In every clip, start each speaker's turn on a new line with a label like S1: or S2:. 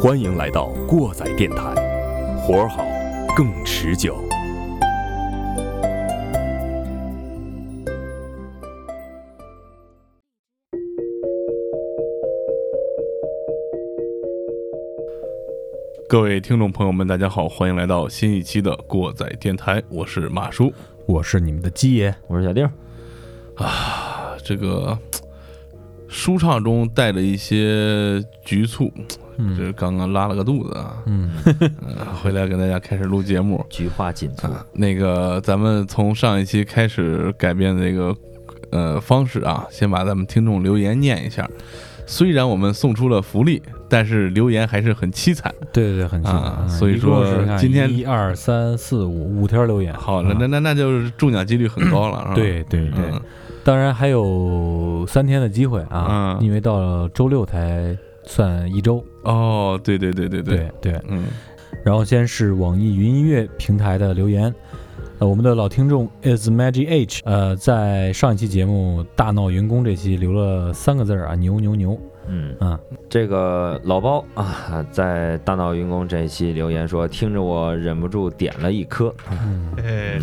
S1: 欢迎来到过载电台，活儿好，更持久。
S2: 各位听众朋友们，大家好，欢迎来到新一期的过载电台，我是马叔。
S3: 我是你们的鸡爷，
S4: 我是小丁，
S2: 啊这个舒畅中带着一些局促，这刚刚拉了个肚子啊，
S3: 嗯，
S2: 呃回来给大家开始录节目。
S4: 菊花锦簇，
S2: 啊，那个咱们从上一期开始改变这个呃方式啊，先把咱们听众留言念一下。虽然我们送出了福利，但是留言还是很凄惨。
S3: 对对对，很清楚
S2: 啊
S3: 嗯
S2: 所以
S3: 一共
S2: 说
S3: 是看
S2: 今天
S3: 一二三四五五条留言，
S2: 好，那那
S3: 啊
S2: 那那就是中奖几率很高了，是吧？
S3: 对对对，
S2: 嗯，
S3: 当然还有三天的机会啊，
S2: 嗯
S3: 因为到了周六才算一周，
S2: 哦，对对对对对，
S3: 对对。
S2: 嗯，
S3: 然后先是网易云音乐平台的留言。呃，我们的老听众 is magic h，呃，在上一期节目大闹云宫这期留了三个字儿啊，牛牛牛，
S4: 嗯
S3: 啊，
S4: 这个老包啊，在大闹云宫这一期留言说，听着我忍不住点了一颗，
S3: 嗯，
S2: 哎，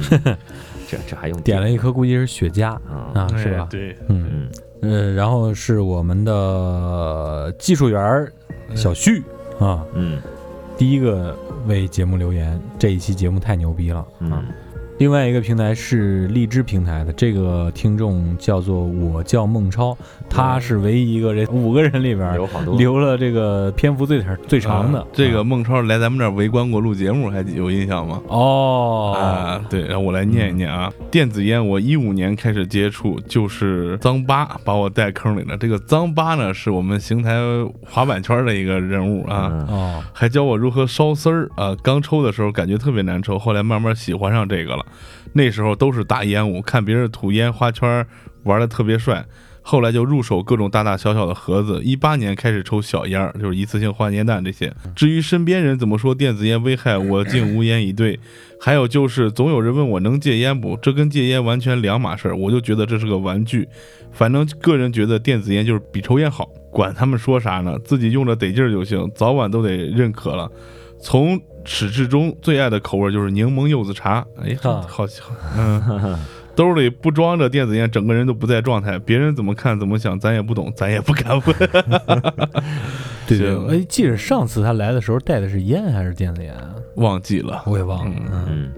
S4: 这这还用
S3: 点了一颗估计是雪茄
S4: 啊？
S3: 啊，是吧？
S2: 哎对，
S3: 嗯，
S4: 嗯，
S3: 呃，然后是我们的呃技术员儿小旭啊，
S4: 嗯
S3: 第一个为节目留言，这一期节目太牛逼了啊！
S4: 嗯
S3: 另外一个平台是荔枝平台的，这个听众叫做我叫孟超，他是唯一一个这五个人里边儿
S4: 有好多，
S3: 留了这个篇幅最长最长的
S2: 啊这个
S3: 啊
S2: 孟超来咱们这儿围观过录节目，还有印象吗？
S3: 哦，
S2: 啊，对，让我来念一念啊。电子烟，我一五年开始接触，就是脏八把我带坑里了。这个脏八呢，是我们邢台滑板圈的一个人物啊，
S4: 嗯
S3: 哦，
S2: 还教我如何烧丝儿啊。刚抽的时候感觉特别难抽，后来慢慢喜欢上这个了。那时候都是大烟雾，看别人吐烟花圈儿玩的特别帅。后来就入手各种大大小小的盒子，一八年开始抽小烟儿，就是一次性换烟弹这些。至于身边人怎么说电子烟危害，我竟无言以对。还有就是，总有人问我能戒烟不？这跟戒烟完全两码事儿，我就觉得这是个玩具。反正个人觉得电子烟就是比抽烟好，管他们说啥呢，自己用着得劲儿就行，早晚都得认可了。从始至终最爱的口味就是柠檬柚子茶，哎，好
S3: 啊
S2: 好，嗯，兜里不装着电子烟，整个人都不在状态，别人怎么看怎么想，咱也不懂，咱也不敢问。
S3: 对对，
S2: 行
S3: 哎，记着上次他来的时候带的是烟还是电子烟啊？
S2: 忘记了，
S3: 我也忘了。嗯
S4: 嗯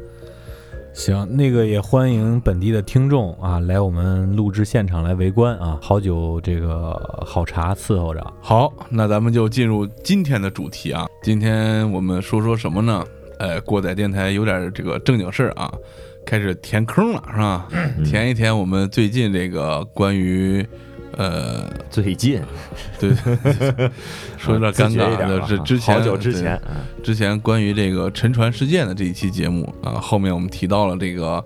S3: 行，那个也欢迎本地的听众啊，来我们录制现场来围观啊，好酒这个好茶伺候着。
S2: 好，那咱们就进入今天的主题啊。今天我们说说什么呢？呃，过载电台有点这个正经事儿啊，开始填坑了是吧？填一填我们最近这个关于。呃，
S3: 啊
S4: 最近
S2: 对，说有点尴尬，就是之前
S4: 好久之
S2: 对
S4: 前，
S2: 之前关于这个沉船事件的这一期节目啊，后面我们提到了这个，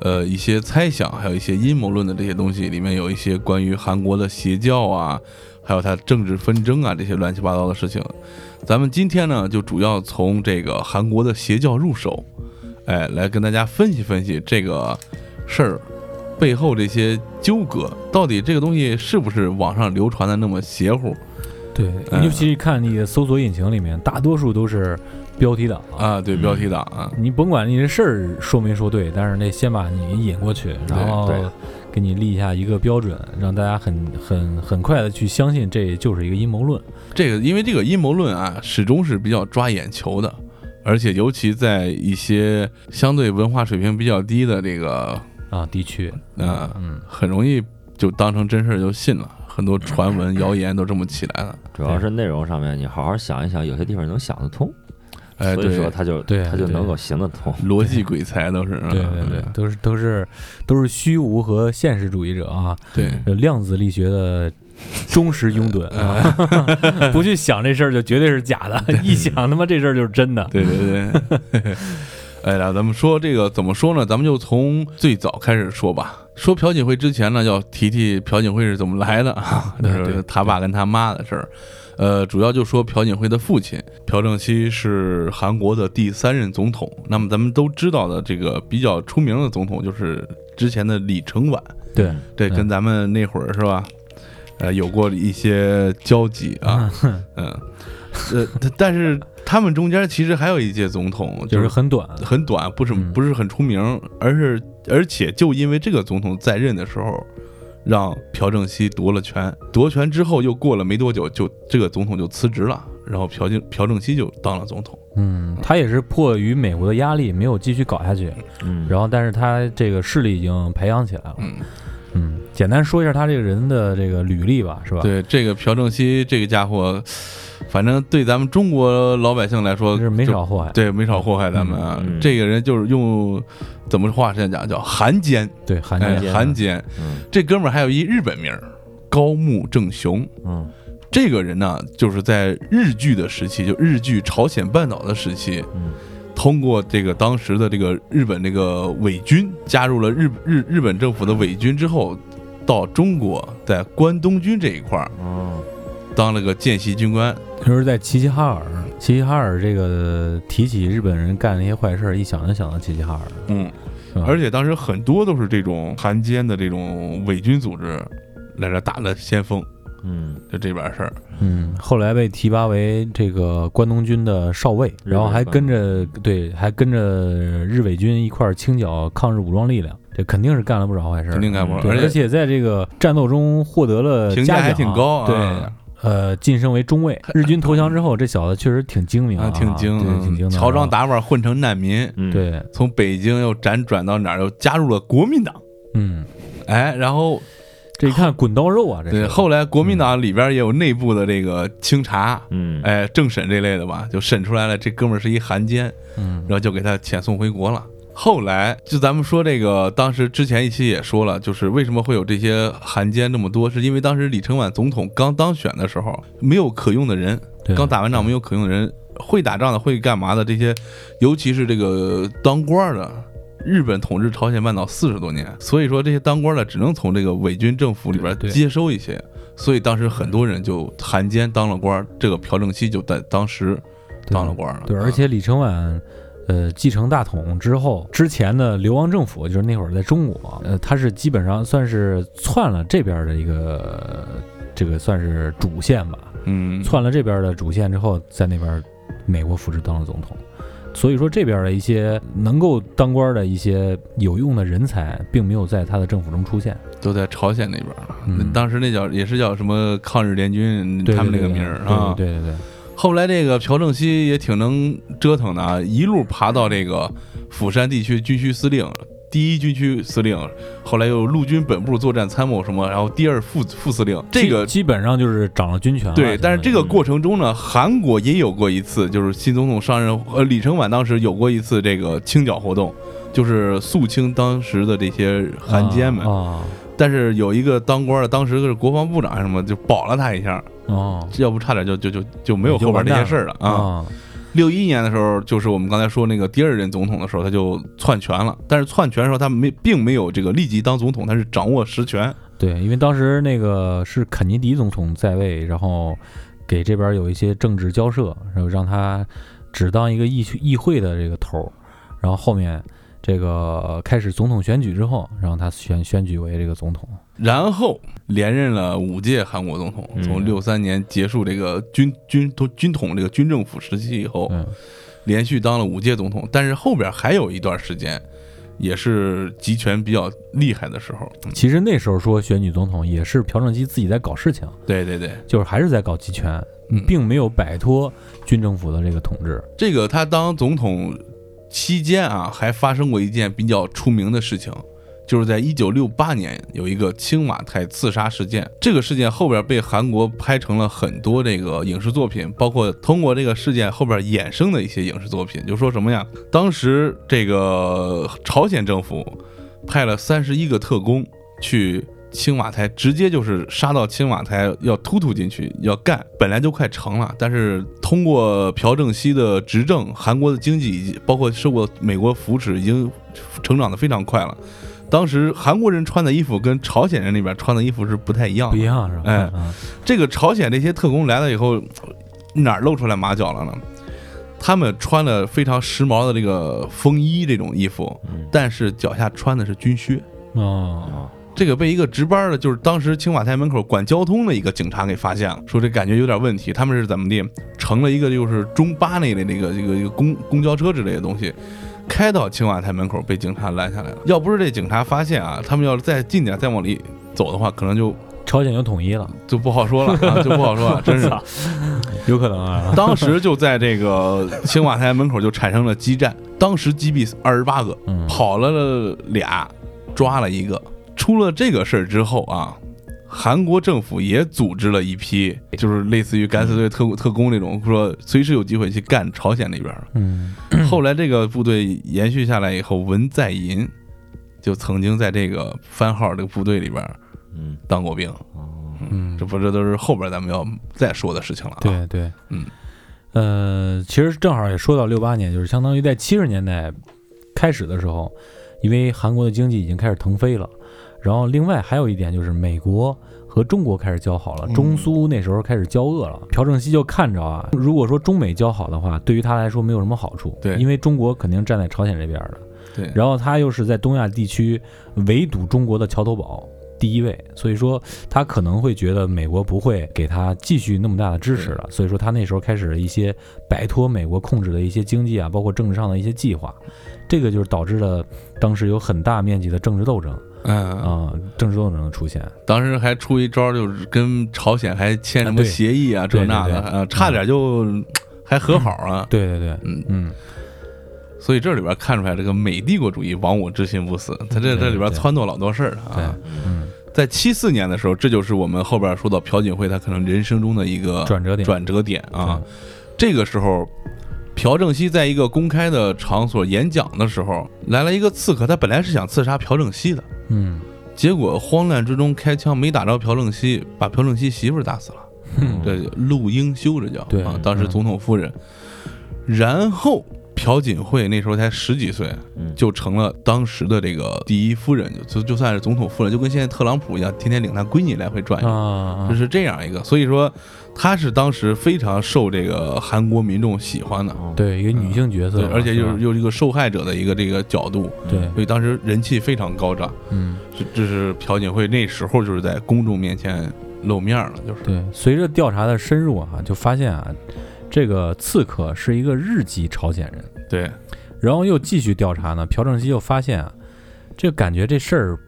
S2: 呃，一些猜想，还有一些阴谋论的这些东西，里面有一些关于韩国的邪教啊，还有它政治纷争啊这些乱七八糟的事情。咱们今天呢，就主要从这个韩国的邪教入手，哎，来跟大家分析分析这个事儿背后这些纠葛，到底这个东西是不是网上流传的那么邪乎
S3: 对，
S2: 嗯
S3: 尤其是看你的搜索引擎里面，大多数都是标题党。
S2: 啊？对，标题党啊，
S3: 你甭管你这事儿说没说对，但是得先把你引过去，然后
S4: 对
S3: 给你立下一个标准，让大家很很很快的去相信这就是一个阴谋论。
S2: 这个，因为这个阴谋论啊，始终是比较抓眼球的，而且尤其在一些相对文化水平比较低的这个，
S3: 啊，地区，
S2: 呃，
S3: 嗯，
S2: 很容易就当成真事儿就信了，很多传闻、谣言都这么起来了。
S4: 主要是内容上面，你好好想一想，有些地方能想得通，
S2: 哎，
S4: 所以说
S2: 对，
S4: 他就
S3: 对
S4: 他就
S3: 对
S4: 能够行得通，
S2: 逻辑鬼才都是。嗯
S3: 对对对，都是都是都是虚无和现实主义者啊，
S2: 对
S3: 呃量子力学的忠实拥趸啊， 不去想这事儿就绝对是假的，一想他妈这事儿就是真的。
S2: 对对对。 哎呀，咱们说这个怎么说呢？咱们就从最早开始说吧。说朴 槿惠之前呢，要提提朴槿惠是怎么来的啊，就
S3: 对
S2: 是
S3: 对
S2: 他爸跟他妈的事儿。呃，主要就说朴槿惠的父亲朴正熙是韩国的第三任总统。那么咱们都知道的这个比较出名的总统就是之前的李承晚，
S3: 对，
S2: 这
S3: 嗯
S2: 跟咱们那会儿是吧？呃，有过一些交集啊， 嗯，呃，但是他们中间其实还有一届总统，
S3: 就
S2: 就是是
S3: 很短，
S2: 很短，不是
S3: 嗯
S2: 不是很出名，而是而且就因为这个总统在任的时候，让朴正熙夺了权，夺权之后又过了没多久，就这个总统就辞职了，然后朴正朴正熙就当了总统。
S3: 嗯，他也是迫于美国的压力，没有继续搞下去。
S4: 嗯，
S3: 然后，但是他这个势力已经培养起来了。
S2: 嗯，
S3: 嗯，简单说一下他这个人的这个履历吧，是吧？，
S2: 对，这个朴正熙这个家伙，反正对咱们中国老百姓来说
S3: 是没
S2: 就
S3: 少祸害。
S2: 对，没少祸害咱们啊！
S4: 嗯嗯
S2: 这个人就是用怎么话现在讲叫汉奸，
S3: 对，韩
S2: 哎
S3: 奸，
S4: 奸，啊
S2: 汉奸。
S4: 嗯
S2: 这哥们儿还有一日本名儿高木正雄。
S4: 嗯
S2: 这个人呢，就是在日据的时期，就日据朝鲜半岛的时期，
S4: 嗯
S2: 通过这个当时的这个日本这个伪军加入了日日日本政府的伪军之后，到中国在关东军这一块儿
S4: 哦，
S2: 当了个见习军官。
S3: 就是在齐齐哈尔，齐齐哈尔这个提起日本人干那些坏事儿，一想就想到齐齐哈尔。
S2: 嗯，
S3: 是吧
S2: 而且当时很多都是这种汉奸的这种伪军组织来这打了先锋，
S4: 嗯
S2: 就这边事儿。
S3: 嗯，后来被提拔为这个关东军的少尉，
S4: 日伪
S3: 然后还
S4: 关
S3: 跟着对，还跟着日伪军一块儿清剿抗日武装力量，这肯定是嗯干了不少坏事儿。
S2: 肯定干不少
S3: 对
S2: 而且
S3: 而且在这个战斗中获得了
S2: 评
S3: 嘉
S2: 价
S3: 奖
S2: 还挺高啊
S3: 对，呃，晋升为中尉。日军投降之后，这小子确实挺精明
S2: 啊，挺精，
S3: 对，挺精
S2: 嗯
S3: 的，啊
S2: 乔装打扮混成难民，
S4: 嗯，
S3: 对，
S2: 从北京又辗转到哪儿，又加入了国民党。
S3: 嗯，
S2: 哎，然后
S3: 这 一看滚刀肉啊，这
S2: 对
S3: 是
S2: 后来国民党里边也有内部的这个清查，
S4: 嗯
S2: 哎，政审这类的吧，就审出来了，这哥们儿是一汉奸，
S3: 嗯
S2: 然后就给他遣送回国了。后来就咱们说这个，当时之前一期也说了，就是为什么会有这些汉奸这么多，是因为当时李承晚总统刚当选的时候，没有可用的人，
S3: 对
S2: 刚打完仗没有可用的人，会打仗的、会干嘛的这些，尤其是这个当官儿的，日本统治朝鲜半岛四十多年，所以说这些当官的只能从这个伪军政府里边
S3: 对对
S2: 接收一些，所以当时很多人就汉奸当了官儿，这个朴正熙就在当时当了官儿了。
S3: 对，
S2: 啊
S3: 而且李承晚，呃，继承大统之后，之前的流亡政府就是那会儿在中国，呃，他是基本上算是篡了这边的一个这个算是主线吧，
S2: 嗯，
S3: 篡了这边的主线之后，在那边美国扶持当了总统。所以说，这边的一些能够当官的一些有用的人才，并没有在他的政府中出现。
S2: 都在朝鲜那边儿了。
S3: 嗯
S2: 当时那叫也是叫什么抗日联军，
S3: 对
S2: 他们那个
S3: 对对
S2: 名儿
S3: 对
S2: 啊。
S3: 对对对对，
S2: 后来这个朴正熙也挺能折腾的啊，一路爬到这个釜山地区军区司令。第一军区司令，后来又陆军本部作战参谋什么，然后第二副副司令，这个
S3: 基基本上就是掌了军权了。
S2: 对，但是这个
S4: 嗯
S2: 过程中呢，韩国也有过一次，就是新总统上任，呃，李承晚当时有过一次这个清剿活动，就是肃清当时的这些汉奸们。
S3: 啊
S2: 但是有一个当官的，当时是国防部长还是什么，就保了他一下，
S3: 啊哦
S2: 要不差点就就就就没有后边这些事儿了啊。
S3: 啊
S2: 六一年的时候，就是我们刚才说那个第二任总统的时候，他就篡权了。但是篡权的时候，他没并没有这个立即当总统，他是掌握实权。
S3: 对，因为当时那个是肯尼迪总统在位，然后给这边有一些政治交涉，然后让他只当一个议区议会的这个头儿，然后后面这个开始总统选举之后，让他选选举为这个总统。
S2: 然后连任了五届韩国总统，
S4: 嗯
S2: 从六三年结束这个军军都军统这个军政府时期以后，
S3: 嗯，
S2: 连续当了五届总统。但是后边还有一段时间，也是集权比较厉害的时候。嗯
S3: 其实那时候说选举总统也是朴正熙自己在搞事情，
S2: 对对对，
S3: 就是还是在搞集权，
S2: 嗯
S3: 并没有摆脱军政府的这个统治。
S2: 这个他当总统期间啊，还发生过一件比较出名的事情，就是在一九六八年有一个青瓦台刺杀事件。这个事件后边被韩国拍成了很多这个影视作品，包括通过这个事件后边衍生的一些影视作品，就说什么呀？当时这个朝鲜政府派了三十一个特工去。青瓦台直接就是杀到青瓦台，要突突进去，要干，本来就快成了，但是通过朴正熙的执政，韩国的经济以及包括受过美国扶持，已经成长的非常快了。当时韩国人穿的衣服跟朝鲜人那边穿的衣服是不太一样
S3: 不
S2: 的
S3: 一。样是吧？
S2: 哎
S3: 嗯，
S2: 这个朝鲜这些特工来了以后，哪儿露出来马脚了呢？他们穿了非常时髦的这个风衣这种衣服，
S4: 嗯
S2: 但是脚下穿的是军靴。
S3: 哦，
S4: 啊
S2: 这个被一个值班的，就是当时青瓦台门口管交通的一个警察给发现了，说这感觉有点问题。他们是怎么地，乘了一个就是中巴那类的一个一个一个公公交车之类的东西，开到青瓦台门口被警察拦下来了。要不是这警察发现啊，他们要是再近点再往里走的话，可能就
S3: 朝鲜就统一了，
S2: 就不好说了啊，就不好说了，真 是。
S3: 有可能啊。
S2: 当时就在这个青瓦台门口就产生了激战，当时击毙二十八个，
S3: 嗯，
S2: 跑了俩，抓了一个。出了这个事儿之后啊，韩国政府也组织了一批，就是类似于敢死队、特特工那种，说随时有机会去干朝鲜那边儿。
S3: 嗯，
S2: 后来这个部队延续下来以后，文在寅就曾经在这个番号这个部队里边儿
S4: 嗯
S2: 当过兵。
S4: 哦
S3: 嗯
S2: 这不，这都是后边咱们要再说的事情了、啊。
S3: 对对，
S2: 嗯，
S3: 呃，其实正好也说到六八年，就是相当于在七十年代开始的时候，因为韩国的经济已经开始腾飞了，然后另外还有一点就是美国。和中国开始交好了，
S2: 嗯
S3: 中苏那时候开始交恶了。朴正熙就看着啊，如果说中美交好的话，对于他来说没有什么好处，
S2: 对
S3: 因为中国肯定站在朝鲜这边的，
S2: 对，
S3: 然后他又是在东亚地区围堵中国的桥头堡第一位，所以说他可能会觉得美国不会给他继续那么大的支持了，所以说他那时候开始了一些摆脱美国控制的一些经济啊，包括政治上的一些计划，这个就是导致了当时有很大面积的政治斗争
S2: 嗯
S3: 啊、政治斗争的出现。
S2: 当时还出一招，就是跟朝鲜还签什
S3: 啊
S2: 么
S3: 对
S2: 协议啊，这
S3: 对对嗯
S2: 那的，
S3: 对
S2: 啊，差点就还和好啊。
S3: 对对对，
S2: 嗯，
S3: 嗯，
S2: 所以这里边看出来，这个美帝国主义亡我之心不死，他这
S3: 对
S2: 这里边
S3: 对
S2: 撺掇老多事儿
S3: 对
S2: 啊。
S3: 嗯，
S2: 在七四年的时候，这就是我们后边说到朴槿惠他可能人生中的一个
S3: 转折点嗯
S2: 转折点啊
S3: 对。
S2: 这个时候，朴正熙在一个公开的场所演讲的时候，来了一个刺客，他本来是想刺杀朴正熙的，
S3: 嗯，
S2: 结果慌乱之中开枪没打着朴正熙，把朴正熙媳妇儿打死了。这陆英修这叫
S3: 嗯对嗯
S2: 啊，当时总统夫人。然后朴槿惠那时候才十几岁，
S4: 嗯
S2: 就成了当时的这个第一夫人，就就就算是总统夫人，就跟现在特朗普一样，天天领他闺女来回转悠，
S3: 啊
S2: 就，是这样一个。所以说，她是当时非常受这个韩国民众喜欢的，
S4: 哦
S3: 对一个女性角
S2: 嗯
S3: 色
S2: 对，
S3: 嘛，
S2: 而且又
S3: 吧
S2: 是又是一个受害者的一个这个角度，
S3: 对，
S2: 所以当时人气非常高涨。
S3: 嗯。
S2: 这这是朴槿惠那时候就是在公众面前露面了，就是
S3: 对，随着调查的深入啊，就发现啊，这个刺客是一个日籍朝鲜人。
S2: 对，
S3: 然后又继续调查呢，朴正熙又发现啊，这感觉这事儿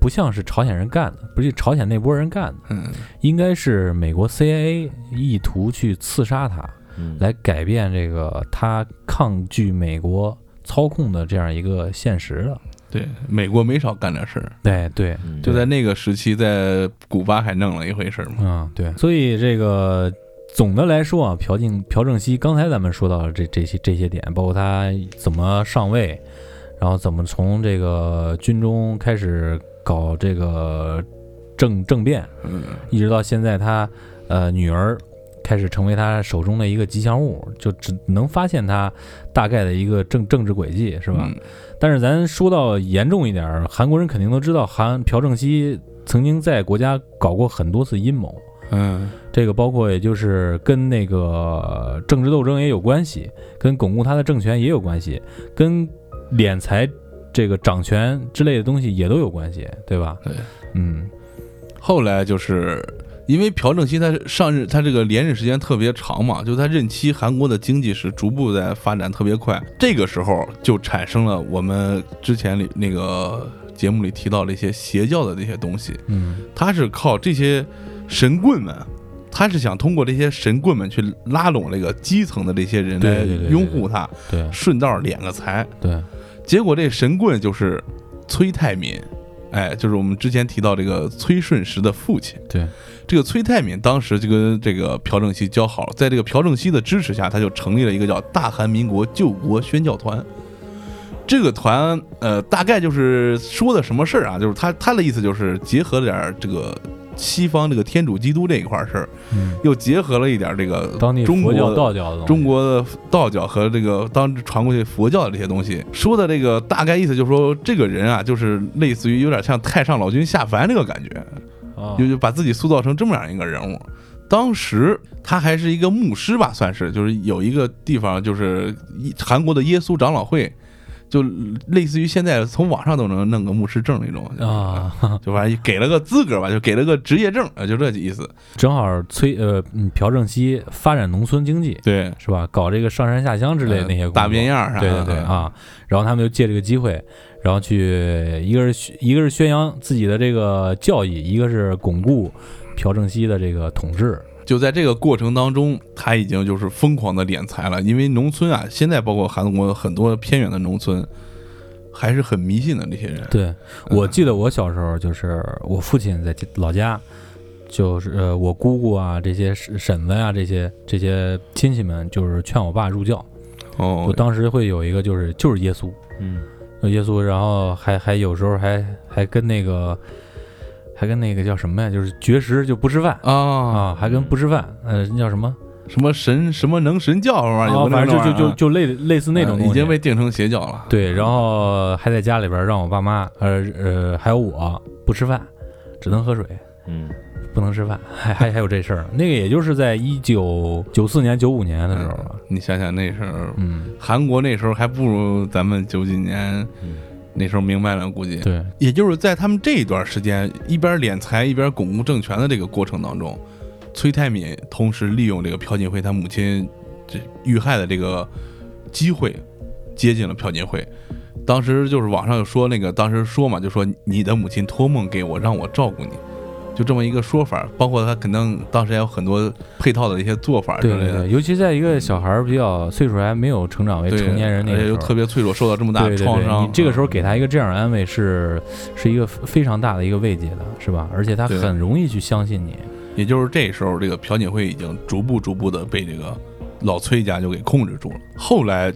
S3: 不像是朝鲜人干的，不是朝鲜那波人干的，
S2: 嗯，
S3: 应该是美国 CIA 意图去刺杀他，
S4: 嗯
S3: 来改变这个他抗拒美国操控的这样一个现实的。
S2: 对，美国没少干这事儿。
S3: 对对，
S4: 嗯
S2: 就在那个时期，在古巴还弄了一回事儿嘛。
S3: 嗯，对，所以这个总的来说啊，朴正朴正熙刚才咱们说到了这这些这些点，包括他怎么上位，然后怎么从这个军中开始搞这个政政变，
S2: 嗯，
S3: 一直到现在他呃女儿开始成为他手中的一个吉祥物，就只能发现他大概的一个政政治轨迹，是
S2: 是
S3: 吧？但是咱说到严重一点儿，韩国人肯定都知道韩朴正熙曾经在国家搞过很多次阴谋，
S2: 嗯，
S3: 这个包括也就是跟那个政治斗争也有关系，跟巩固他的政权也有关系，跟敛财这个掌权之类的东西也都有关系，对吧？
S2: 对，
S3: 嗯，
S2: 后来就是因为朴正熙他上任，他这个连任时间特别长嘛，就他任期韩国的经济是逐步在发展特别快，这个时候就产生了我们之前里那个节目里提到了一些邪教的这些东西，
S3: 嗯，
S2: 他是靠这些神棍们。他是想通过这些神棍们去拉拢这个基层的这些人来
S3: 对对对对
S2: 拥护他，
S3: 对
S2: 顺道敛个财。
S3: 对，
S2: 结果这神棍就是崔泰敏，哎，就是我们之前提到这个崔顺实的父亲。
S3: 对，
S2: 这个崔泰敏当时就跟这个朴正熙交好了，在这个朴正熙的支持下，他就成立了一个叫大韩民国救国宣教团。这个团，呃，大概就是说的什么事儿啊？就是他他的意思就是结合了点儿这个西方这个天主基督这一块儿事儿，
S3: 嗯，
S2: 又结合了一点儿这个
S3: 当地
S2: 中
S3: 佛
S2: 国
S3: 教、
S2: 的
S3: 道教的东西
S2: 中国的道教和这个当时传过去佛教的这些东西，说的这个大概意思就是说，这个人啊，就是类似于有点像太上老君下凡这个感觉，
S3: 啊
S2: 就就把自己塑造成这么样一个人物。当时他还是一个牧师吧，算是就是有一个地方，就是一韩国的耶稣长老会，就类似于现在从网上都能弄个牧师证那种，
S3: 啊，
S2: 就反正给了个资格吧，就给了个职业证，啊，就这意思。
S3: 正好崔呃嗯朴正熙发展农村经济
S2: 对，
S3: 是吧？搞这个上山下乡之类的那些
S2: 呃
S3: 工作
S2: 大变样儿啥的，
S3: 对对对啊，然后他们就借这个机会，然后去一个是宣一个是宣扬自己的这个教义，一个是巩固朴正熙的这个统治。
S2: 就在这个过程当中，他已经就是疯狂的敛财了，因为农村啊，现在包括韩国很多偏远的农村，还是很迷信的这些人。嗯
S3: 对，我记得我小时候就是我父亲在老家，就是呃我姑姑啊这些婶婶子啊这些这些亲戚们就是劝我爸入教，我
S2: 哦，
S3: 当时会有一个就是就是耶稣，
S4: 嗯，
S3: 耶稣，然后还还有时候还还跟那个还跟那个叫什么呀，就是绝食就不吃饭。
S2: 啊，
S3: 啊，还跟不吃饭，呃，那叫什么？
S2: 什么神什么能神教什么玩意儿，
S3: 啊
S2: 有个那
S3: 反正就
S2: 玩意
S3: 就
S2: 儿
S3: 就
S2: 啊
S3: 就类类似那种
S2: 嗯
S3: 东西。
S2: 已经被定成邪教了。
S3: 对，然后还在家里边儿让我爸妈，呃呃，还有我不吃饭，只能喝水，
S4: 嗯，
S3: 不能吃饭，还还还有这事儿。那个也就是在一九九四年、九五年的时候吧
S2: 嗯。你想想那时候，
S3: 嗯，
S2: 韩国那时候还不如咱们九几年
S4: 嗯
S2: 那时候明白了，估计。
S3: 对，
S2: 也就是在他们这一段时间，一边敛财一边巩固政权的这个过程当中，崔泰敏同时利用这个朴槿惠他母亲这遇害的这个机会，接近了朴槿惠。当时就是网上有说那个，当时说嘛，就说你的母亲托梦给我，让我照顾你，就这么一个说法。包括他可能当时还有很多配套的一些做法之
S3: 对
S2: 类
S3: 对
S2: 的。
S3: 对，尤其在一个小孩儿比较岁数还没有成长为
S2: 对，
S3: 成年人那
S2: 而
S3: 个
S2: 且
S3: 时
S2: 又
S3: 候，
S2: 特别脆弱，受到这么大的
S3: 对对
S2: 创
S3: 对，
S2: 伤。嗯
S3: 你这个时候给他一个这样的安慰是是一个非常大的一个慰藉的，是吧？而且他
S2: 对
S3: 很容易去相信你。
S2: 也就是这时候，这个朴槿惠已经逐步逐步的被这个老崔家就给控制住了。后来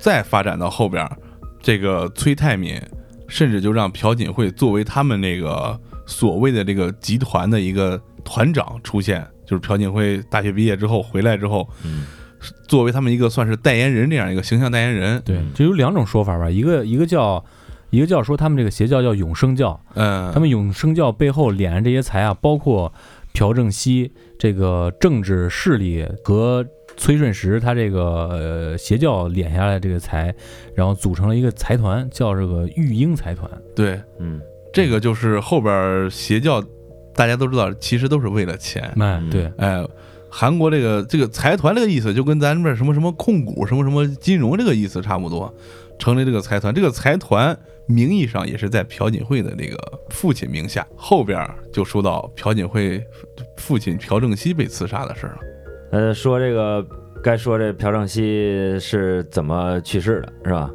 S2: 再发展到后边儿，这个崔泰敏甚至就让朴槿惠作为他们那个所谓的这个集团的一个团长出现，就是朴槿惠大学毕业之后回来之后，
S4: 嗯
S2: 作为他们一个算是代言人这样一个形象代言人，
S3: 对，
S4: 嗯
S3: 就有两种说法吧，一个一个叫一个叫说他们这个邪教叫永生教，
S2: 嗯，
S3: 他们永生教背后敛着这些财啊，包括朴正熙这个政治势力和崔顺实他这个呃邪教敛下来这个财，然后组成了一个财团，叫这个育英财团。
S2: 对
S4: 嗯，
S2: 这个就是后边儿邪教，大家都知道，其实都是为了钱，
S3: 哎，
S4: 嗯
S3: 对，
S2: 哎，韩国这个这个财团这个意思，就跟咱们这什么什么控股、什么什么金融这个意思差不多。成立这个财团，这个财团名义上也是在朴槿惠的这个父亲名下。后边儿就说到朴槿惠父亲朴正熙被刺杀的
S3: 啊
S2: 事儿了。
S4: 呃，说这个该说这朴正熙是怎么去世的，是吧？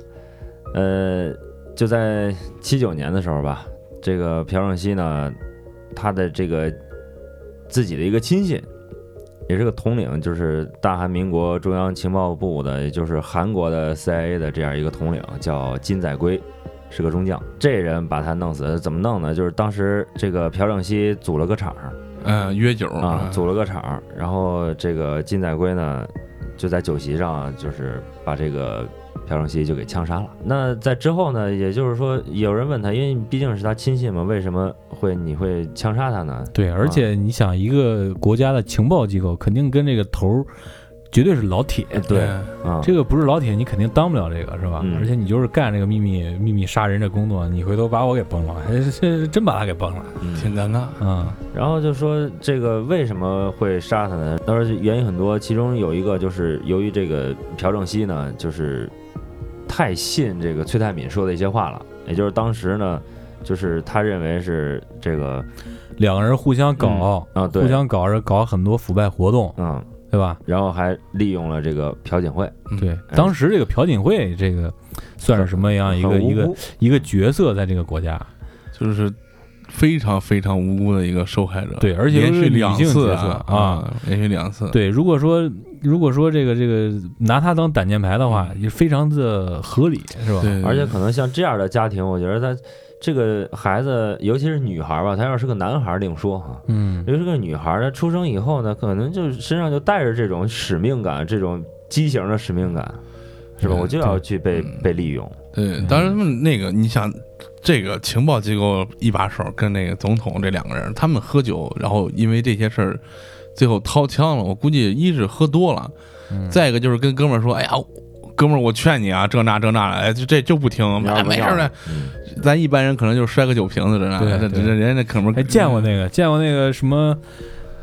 S4: 呃，就在七九年的时候吧，这个朴正熙呢，他的这个自己的一个亲信，也是个统领，就是大韩民国中央情报部的，也就是韩国的 CIA 的这样一个统领，叫金在圭。是个中将，这人把他弄死，怎么弄呢？就是当时这个朴正熙组了个场儿，
S2: 嗯、约酒儿
S4: 啊，组了个场儿，然后这个金载圭呢，就在酒席上，就是把这个朴正熙就给枪杀了。那在之后呢，也就是说，有人问他，因为毕竟是他亲信嘛，为什么会你会枪杀他呢？
S3: 对，而且你想，一个国家的情报机构肯定跟这个头儿绝对是老铁，
S4: 对
S2: 嗯
S4: 啊，
S3: 这个不是老铁，你肯定当不了这个，是吧？
S4: 嗯
S3: 而且你就是干这个秘密秘密杀人这工作，你回头把我给崩了， 这这真把他给崩了，
S4: 嗯
S2: 挺尴尬。
S3: 嗯，
S4: 然后就说这个为什么会杀他呢？当然原因很多，其中有一个就是由于这个朴正熙呢，就是太信这个崔泰敏说的一些话了，也就是当时呢，就是他认为是这个
S3: 两个人互相搞，
S4: 啊，对，
S3: 互相搞着搞很多腐败活动，
S4: 嗯，
S3: 对吧？
S4: 然后还利用了这个朴槿惠，
S2: 嗯
S3: 对，当时这个朴槿惠这个算是什么
S2: 啊
S3: 样一个
S4: 很无
S3: 一个
S4: 辜
S3: 一个角色在这个国家？
S2: 就是非常非常无辜的一个受害者。
S3: 对而且
S2: 连
S3: 又是
S2: 续
S3: 女
S2: 两
S3: 性
S2: 次
S3: 角色
S2: 啊，
S3: 啊
S2: 连续两次。
S3: 对，如果说如果说这个这个拿他当挡
S4: 嗯
S3: 箭牌的话，也非常的合理，是吧？
S2: 对，
S4: 而且可能像这样的家庭，我觉得他这个孩子，尤其是女孩儿吧，她要是个男孩儿另说哈，
S3: 嗯
S4: 尤其是个女孩儿，她出生以后呢，可能就身上就带着这种使命感，这种畸形的使命感，是吧？
S2: 嗯
S4: 我就要去被
S2: 嗯
S4: 被利 用，
S2: 对，当然他们那个，你想，这个情报机构一把手跟那个总统这两个人，他们喝酒，然后因为这些事儿，最后掏枪了。我估计一是喝多了，
S3: 嗯
S2: 再一个就是跟哥们儿说，哎呀。哥们儿，我劝你啊，这那这那的，哎，这这就不听，哎没事儿的，
S4: 嗯，
S2: 咱一般人可能就摔个酒瓶子这那的，
S3: 对
S2: 这
S3: 对
S2: 这人家那哥们儿
S3: 哎，见过那个，见过那个什么，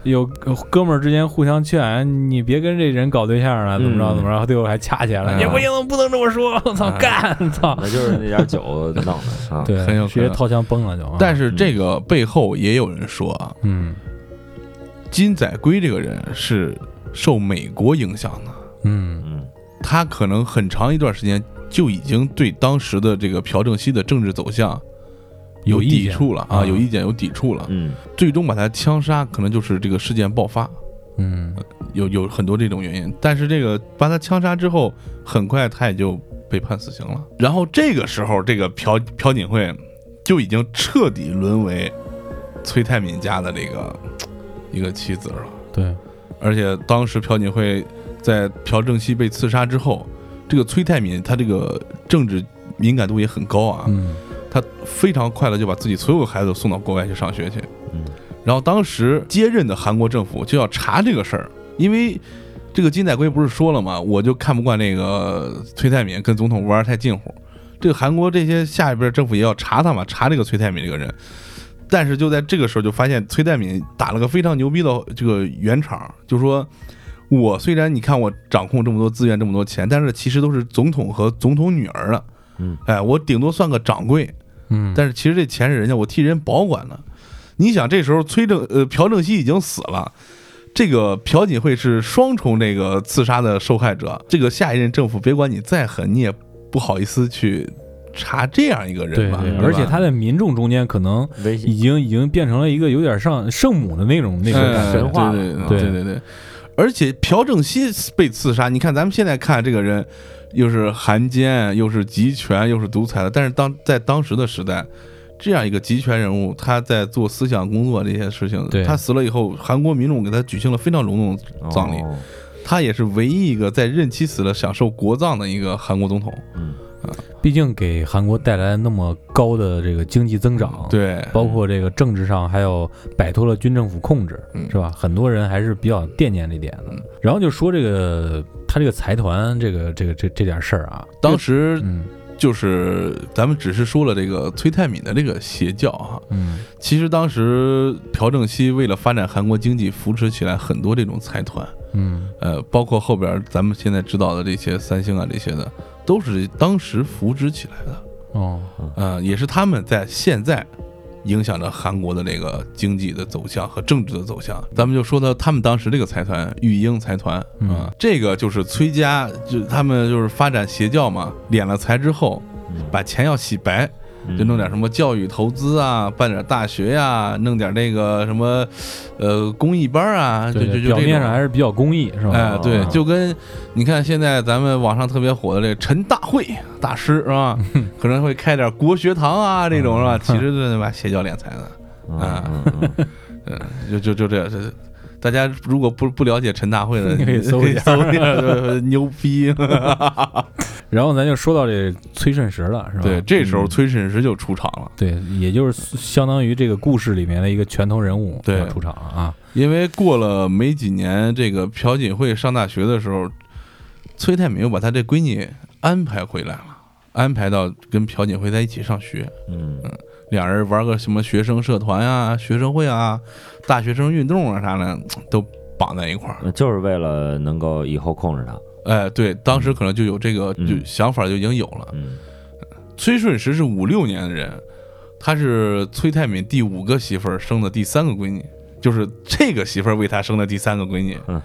S3: 有哥们儿之间互相劝，哎你别跟这人搞对象了，怎么着
S4: 嗯
S3: 怎么着，最后还掐起来了，
S2: 嗯
S3: 也不行，不能这么说，我操，
S4: 嗯
S3: 干，操，
S4: 那就是那点儿酒弄的啊。
S3: 对，
S2: 很有可能
S3: 直接掏枪崩了就啊。
S2: 但是这个背后也有人说啊，
S3: 嗯
S2: 金载圭这个人是受美国影响的，
S3: 嗯
S4: 嗯，
S2: 他可能很长一段时间就已经对当时的这个朴正熙的政治走向有
S3: 有意
S2: 抵
S3: 见
S2: 触了啊，
S3: 啊
S2: 有意见有抵触了，
S4: 嗯
S2: 最终把他枪杀，可能就是这个事件爆发，
S3: 嗯
S2: 有有很多这种原因。但是这个把他枪杀之后，很快他也就被判死刑了。然后这个时候，这个朴朴槿惠就已经彻底沦为崔泰敏家的这个一个妻子了。
S3: 对，
S2: 啊而且当时朴槿惠在朴正熙被刺杀之后，这个崔泰敏他这个政治敏感度也很高啊，
S3: 嗯
S2: 他非常快的就把自己所有的孩子送到国外去上学去。
S4: 嗯，
S2: 然后当时接任的韩国政府就要查这个事儿，因为这个金载圭不是说了吗？我就看不惯那个崔泰敏跟总统玩儿太近乎，这个韩国这些下一边政府也要查他嘛，查这个崔泰敏这个人。但是就在这个时候，就发现崔泰敏打了个非常牛逼的这个圆场，就说。我虽然你看我掌控这么多资源、这么多钱，但是其实都是总统和总统女儿的，
S4: 嗯，
S2: 哎，我顶多算个掌柜，
S3: 嗯，
S2: 但是其实这钱是人家我替人保管的。你想，这时候崔正呃朴正熙已经死了，这个朴槿惠是双重这个刺杀的受害者。这个下一任政府，别管你再狠，你也不好意思去查这样一个
S3: 对
S2: 人吧？
S3: 对，
S2: 吧
S3: 而且他在民众中间可能
S4: 危
S3: 已
S4: 险，
S3: 经已经变成了一个有点像圣母的那种那种
S2: 哎
S3: 感觉
S4: 神话
S2: 对
S4: 了
S2: 对对
S3: 对
S2: 对对。而且朴正熙被刺杀，你看咱们现在看这个人，又是汉奸，又是集权，又是独裁的。但是当在当时的时代，这样一个集权人物，他在做思想工作这些事情
S3: 对，
S2: 他死了以后，韩国民众给他举行了非常隆重的，葬礼
S4: 哦
S2: 他也是唯一一个在任期死了享受国葬的一个韩国总统。
S4: 嗯
S3: 毕竟给韩国带来那么高的这个经济增长，，
S2: 对，
S3: 包括这个政治上还有摆脱了军政府控制，
S2: 嗯
S3: 是吧？很多人还是比较惦念这点的
S2: 嗯。
S3: 然后就说这个他这个财团这个这个这这点事儿啊，
S2: 当时
S3: 嗯
S2: 就是咱们只是说了这个崔泰敏的这个邪教啊哈，
S3: 嗯
S2: 其实当时朴正熙为了发展韩国经济，扶持起来很多这种财团，
S3: 嗯
S2: 呃，包括后边咱们现在知道的这些三星啊这些的，都是当时扶植起来的，
S3: 哦
S2: 呃，也是他们在现在影响着韩国的这个经济的走向和政治的走向。咱们就说到他们当时这个财团育婴财团啊、
S3: 嗯
S2: 这个就是崔家，就他们就是发展邪教嘛，敛了财之后，
S4: 嗯
S2: 把钱要洗白，
S4: 嗯
S2: 就弄点什么教育投资啊，办点大学呀、弄点那个什么，呃，公益班儿啊，就
S3: 对
S2: 就就
S3: 对，表
S2: 这
S3: 面
S2: 种
S3: 上还是比较公益，是吧？
S2: 哎，对，
S3: 啊
S2: 就跟你看现在咱们网上特别火的这个陈大会大师是 吧？可能会开点国学堂啊这种是
S3: 嗯
S2: 吧？其实就是把邪教敛财的，
S4: 嗯
S2: 啊
S4: 嗯嗯嗯
S2: 嗯，就就就这样，这大家如果不不了解陈大会的，
S3: 你 可以搜一
S2: 一
S3: 下
S2: 下， 对牛逼。
S3: 然后咱就说到这崔顺实了，是吧？
S2: 对，这时候
S3: 嗯
S2: 崔慎实就出场了，
S3: 对，也就是相当于这个故事里面的一个拳头人物
S2: 对
S3: 要出场了啊。
S2: 因为过了没几年，这个朴槿惠上大学的时候，崔泰敏又把她这闺女安排回来了，安排到跟朴槿惠在一起上学。
S4: 嗯 嗯
S2: 俩人玩个什么学生社团啊、学生会啊、大学生运动啊啥的，都绑在一块儿。
S4: 嗯，就是为了能够以后控制他，
S2: 哎，对，当时可能就有这个
S4: 嗯
S2: 就想法就已经有了。
S4: 嗯
S2: 崔顺实是五六年的人，他是崔泰敏第五个媳妇儿生的第三个闺女，就是这个媳妇儿为他生的第三个闺女。
S4: 嗯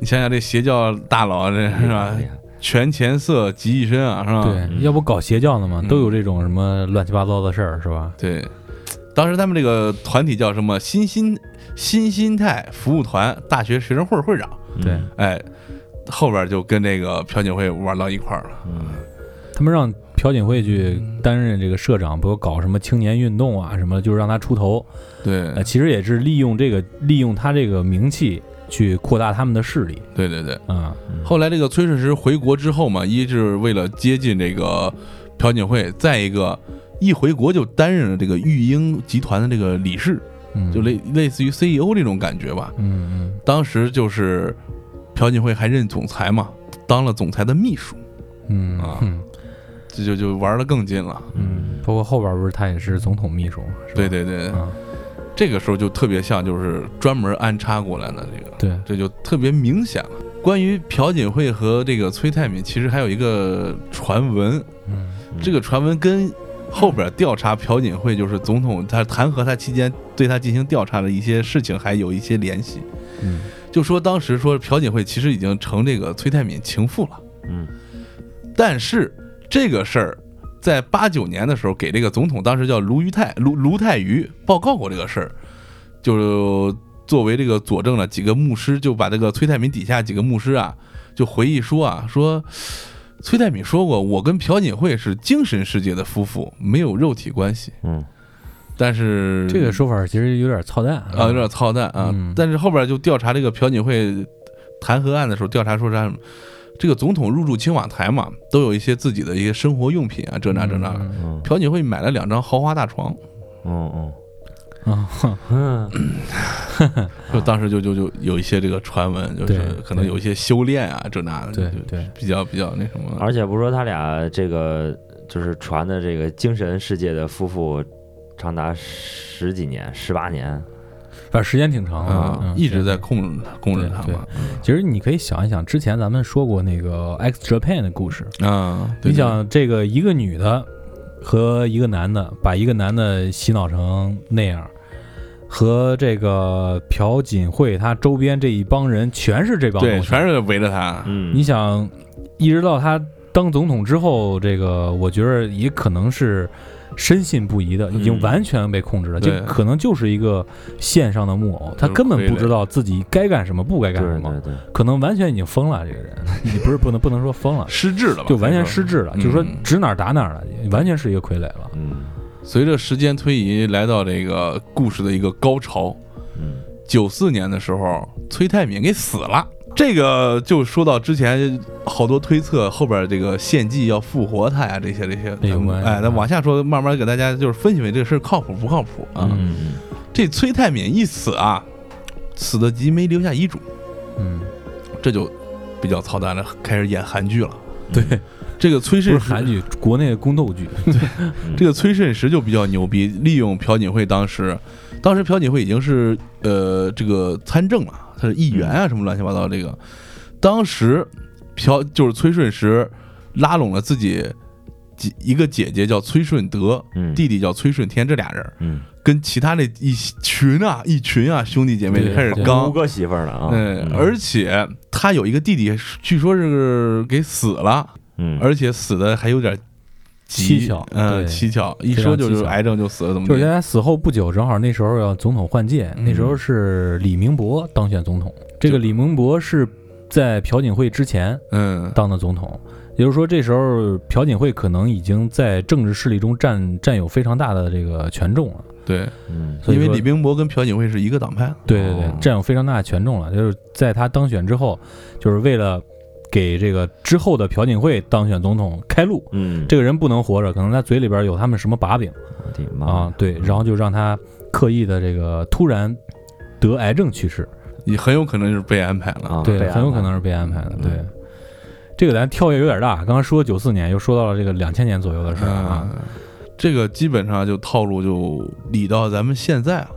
S2: 你想想这邪教大佬这 是吧
S4: 厉？害
S2: 权钱色集一身啊，是吧？
S3: 对，
S4: 嗯
S3: 要不搞邪教的嘛，
S2: 嗯
S3: 都有这种什么乱七八糟的事儿，是吧？
S2: 对，当时他们这个团体叫什么？新心新心态服务团大学学生会会长，
S3: 对
S4: 嗯
S2: 哎，后边就跟这个朴槿惠玩到一块儿了。
S4: 嗯
S3: 他们让朴槿惠去
S2: 嗯
S3: 担任这个社长，不搞什么青年运动啊什么，就是让他出头。
S2: 对
S3: 呃，其实也是利用这个利用他这个名气去扩大他们的势力
S2: 对对对。
S3: 啊。
S2: 后来这个崔顺实回国之后嘛，一是为了接近这个朴槿惠，再一个一回国就担任了这个育婴集团的这个理事，
S3: 嗯，
S2: 就类类似于 CEO 这种感觉吧。
S3: 嗯
S2: 当时就是朴槿惠还任总裁嘛，当了总裁的秘书，
S3: 嗯嗯
S2: 啊
S3: 嗯
S2: 这就就玩的更近了。
S3: 嗯，包括后边不是他也是总统秘书嘛，是吧
S2: 对对对，
S3: 啊，
S2: 这个时候就特别像就是专门安插过来的这个，
S3: 对，
S2: 这就特别明显了。关于朴槿惠和这个崔泰敏，其实还有一个传闻，
S3: 嗯
S2: 这个传闻跟后边调查朴槿惠，就是总统他弹劾他期间对他进行调查的一些事情，还有一些联系。
S3: 嗯
S2: 就说当时说朴槿惠其实已经成这个崔泰敏情妇了，
S4: 嗯
S2: 但是这个事儿在八九年的时候给这个总统，当时叫卢于泰卢卢泰愚报告过这个事儿，就作为这个佐证了几个牧师就把这个崔泰敏底下几个牧师啊就回忆说啊说。崔泰敏说过：“我跟朴槿惠是精神世界的夫妇，没有肉体关系。
S4: 嗯，”
S2: 但是
S3: 这个说法其实有点操蛋
S2: 啊，有点操蛋啊。
S3: 嗯
S2: 但是后边就调查这个朴槿惠弹劾案的时候，调查说啥？这个总统入驻青瓦台嘛，都有一些自己的一些生活用品啊，这那这那的。
S3: 嗯
S4: 嗯
S2: 朴槿惠买了两张豪华大床，
S4: 嗯
S3: 嗯 啊，
S4: 嗯
S2: 就当时就就就有一些这个传闻，就是
S3: 对
S2: 可能有一些修炼啊，这那的，
S3: 对啊
S2: 就
S3: 对，
S2: 比较比较那什么。
S4: 而且不是说他俩这个就是传的这个精神世界的夫妇，长达十几年、十八年，
S3: 反正时间挺长的，
S2: 啊
S3: 嗯，
S2: 一直在控制他，控制他
S3: 对嗯
S2: 嘛。
S3: 其实你可以想一想，之前咱们说过那个 X Japan 的故事，
S2: 啊，对
S3: 你，想这个一个女的和一个男的，把一个男的洗脑成那样，和这个朴槿惠她周边这一帮人全是这帮
S2: 对，
S3: 东西，
S2: 全是围着他。
S4: 嗯，
S3: 你想，一直到他当总统之后，这个我觉得也可能是深信不疑的，
S2: 嗯
S3: 已经完全被控制了。
S2: 对
S3: 这可能就是一个线上的木偶，他根本不知道自己该干什么，不该
S4: 对
S3: 干什
S4: 对
S3: 么，
S4: 对，
S3: 可能完全已经疯了。这个人，你不是不能不能说疯了，
S2: 失智了吧？
S3: 就完全失智了，
S2: 嗯
S3: 就是说指哪儿打哪儿了，完全是一个傀儡了。
S4: 嗯
S2: 随着时间推移，来到这个故事的一个高潮。
S4: 嗯
S2: 九四年的时候，崔泰敏给死了。这个就说到之前好多推测，后边这个献祭要复活他呀，这些这些，
S3: 哎呦喂
S2: 哎，那往下说，慢慢给大家就是分析分析这个事儿靠谱不靠谱啊。
S3: 嗯
S2: 这崔泰敏一死啊，死的急没留下遗嘱，
S3: 嗯，
S2: 这就比较操蛋了，开始演韩剧了。
S3: 对，
S2: 这个崔
S3: 不
S2: 顺
S3: 是
S2: 实
S3: 韩剧，国内的宫斗剧。
S2: 嗯这个崔顺实就比较牛逼，利用朴槿惠当时，当时朴槿惠已经是呃这个参政了，他是议员啊什么乱七八糟这个，当时朴就是崔顺实拉拢了自己几一个姐姐叫崔顺德，
S4: 嗯
S2: 弟弟叫崔顺天，这俩人
S4: 嗯
S2: 跟其他那一群啊一群啊兄弟姐妹
S3: 对
S2: 就开始
S3: 对
S2: 刚
S4: 五。个媳妇儿了啊，
S2: 嗯，而且他有一个弟弟，据说是给死了，
S4: 嗯
S2: 而且死的还有点急
S3: 蹊跷
S2: 嗯，
S3: 对
S2: 蹊跷，一
S3: 非
S2: 说
S3: 常
S2: 就是
S3: 蹊跷
S2: 癌症就死了，怎么
S3: 就是
S2: 地
S3: 大？家死后不久，正好那时候要总统换届，
S2: 嗯
S3: 那时候是李明博当选总统。这个李明博是在朴槿惠之前
S2: 嗯，
S3: 当的总统，也就是说，这时候朴槿惠可能已经在政治势力中占占有非常大的这个权重了。
S2: 对，
S4: 嗯
S3: 所以
S2: 因为
S3: 说
S2: 李冰博跟朴槿惠是一个党派，
S3: 对对对
S4: 哦，
S3: 占有非常大的权重了。就是在他当选之后，就是为了给这个之后的朴槿惠当选总统开路。
S4: 嗯，
S3: 这个人不能活着，可能他嘴里边有他们什么把柄。
S4: 我的妈
S3: 啊，，
S2: 嗯
S3: 对，然后就让他刻意的这个突然得癌症去世，
S2: 也很有可能就是被安排了。
S4: 啊
S3: 对，
S4: 被安排
S3: 很有可能是被安排的，对
S4: 嗯。
S3: 这个咱跳跃有点大，刚刚说九四年，又说到了这个两千年左右的事儿啊。
S2: 嗯，这个基本上就套路就理到咱们现在了，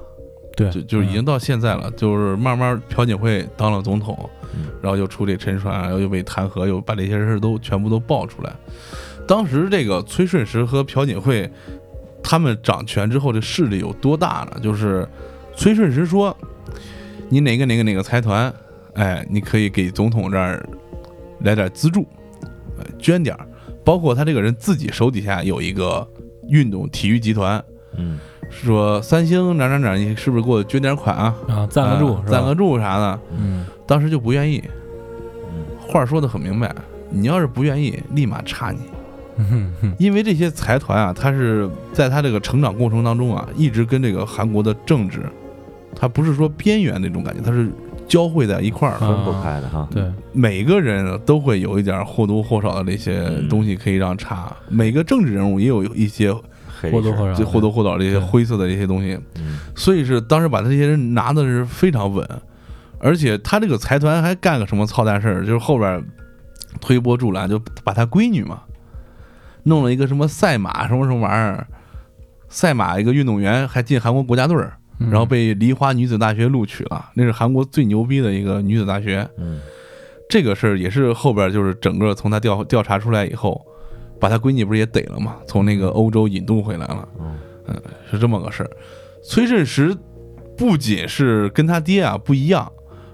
S3: 对，
S2: 就就是已经到现在了，就是慢慢朴槿惠当了总统
S4: 嗯，
S2: 然后就出这沉船，然啊后又被弹劾，又把这些事儿都全部都爆出来。当时这个崔顺实和朴槿惠他们掌权之后，这势力有多大呢？就是崔顺实说，你哪个哪个哪个财团，哎，你可以给总统这儿来点资助，呃捐点儿。包括他这个人自己手底下有一个运动体育集团，
S4: 嗯
S2: 说三星哪哪哪，你是不是给我捐点款啊？
S3: 啊，赞个助
S2: 啊，
S3: 是吧
S2: 赞个，助啥的。
S3: 嗯，
S2: 当时就不愿意，
S4: 嗯
S2: 话说的很明白，你要是不愿意，立马查你。
S3: 嗯哼
S2: 因为这些财团啊，它是在它这个成长过程当中啊，一直跟这个韩国的政治，它不是说边缘那种感觉，它是交汇在一块儿的。
S4: 分不开的哈。
S3: 啊对，
S2: 每个人都会有一点或多或少的那些东西可以让差，
S3: 嗯
S2: 每个政治人物也有一些
S4: 黑
S3: 或多
S4: 市
S3: 或少
S2: 就
S3: 的，
S2: 或多或少的一些
S3: 对
S2: 灰色的一些东西，
S4: 嗯
S2: 所以是当时把这些人拿的是非常稳，而且他这个财团还干个什么操蛋事儿，就是后边推波助澜，就把他闺女嘛，弄了一个什么赛马什么什么玩意儿，赛马一个运动员还进韩国国家队儿，
S3: 嗯
S2: 然后被梨花女子大学录取了，那是韩国最牛逼的一个女子大学。
S4: 嗯
S2: 这个事儿也是后边就是整个从他调调查出来以后，把他闺女不是也逮了嘛，从那个欧洲引渡回来了。
S4: 嗯
S2: 是这么个事儿。崔振实不仅是跟他爹啊不一样，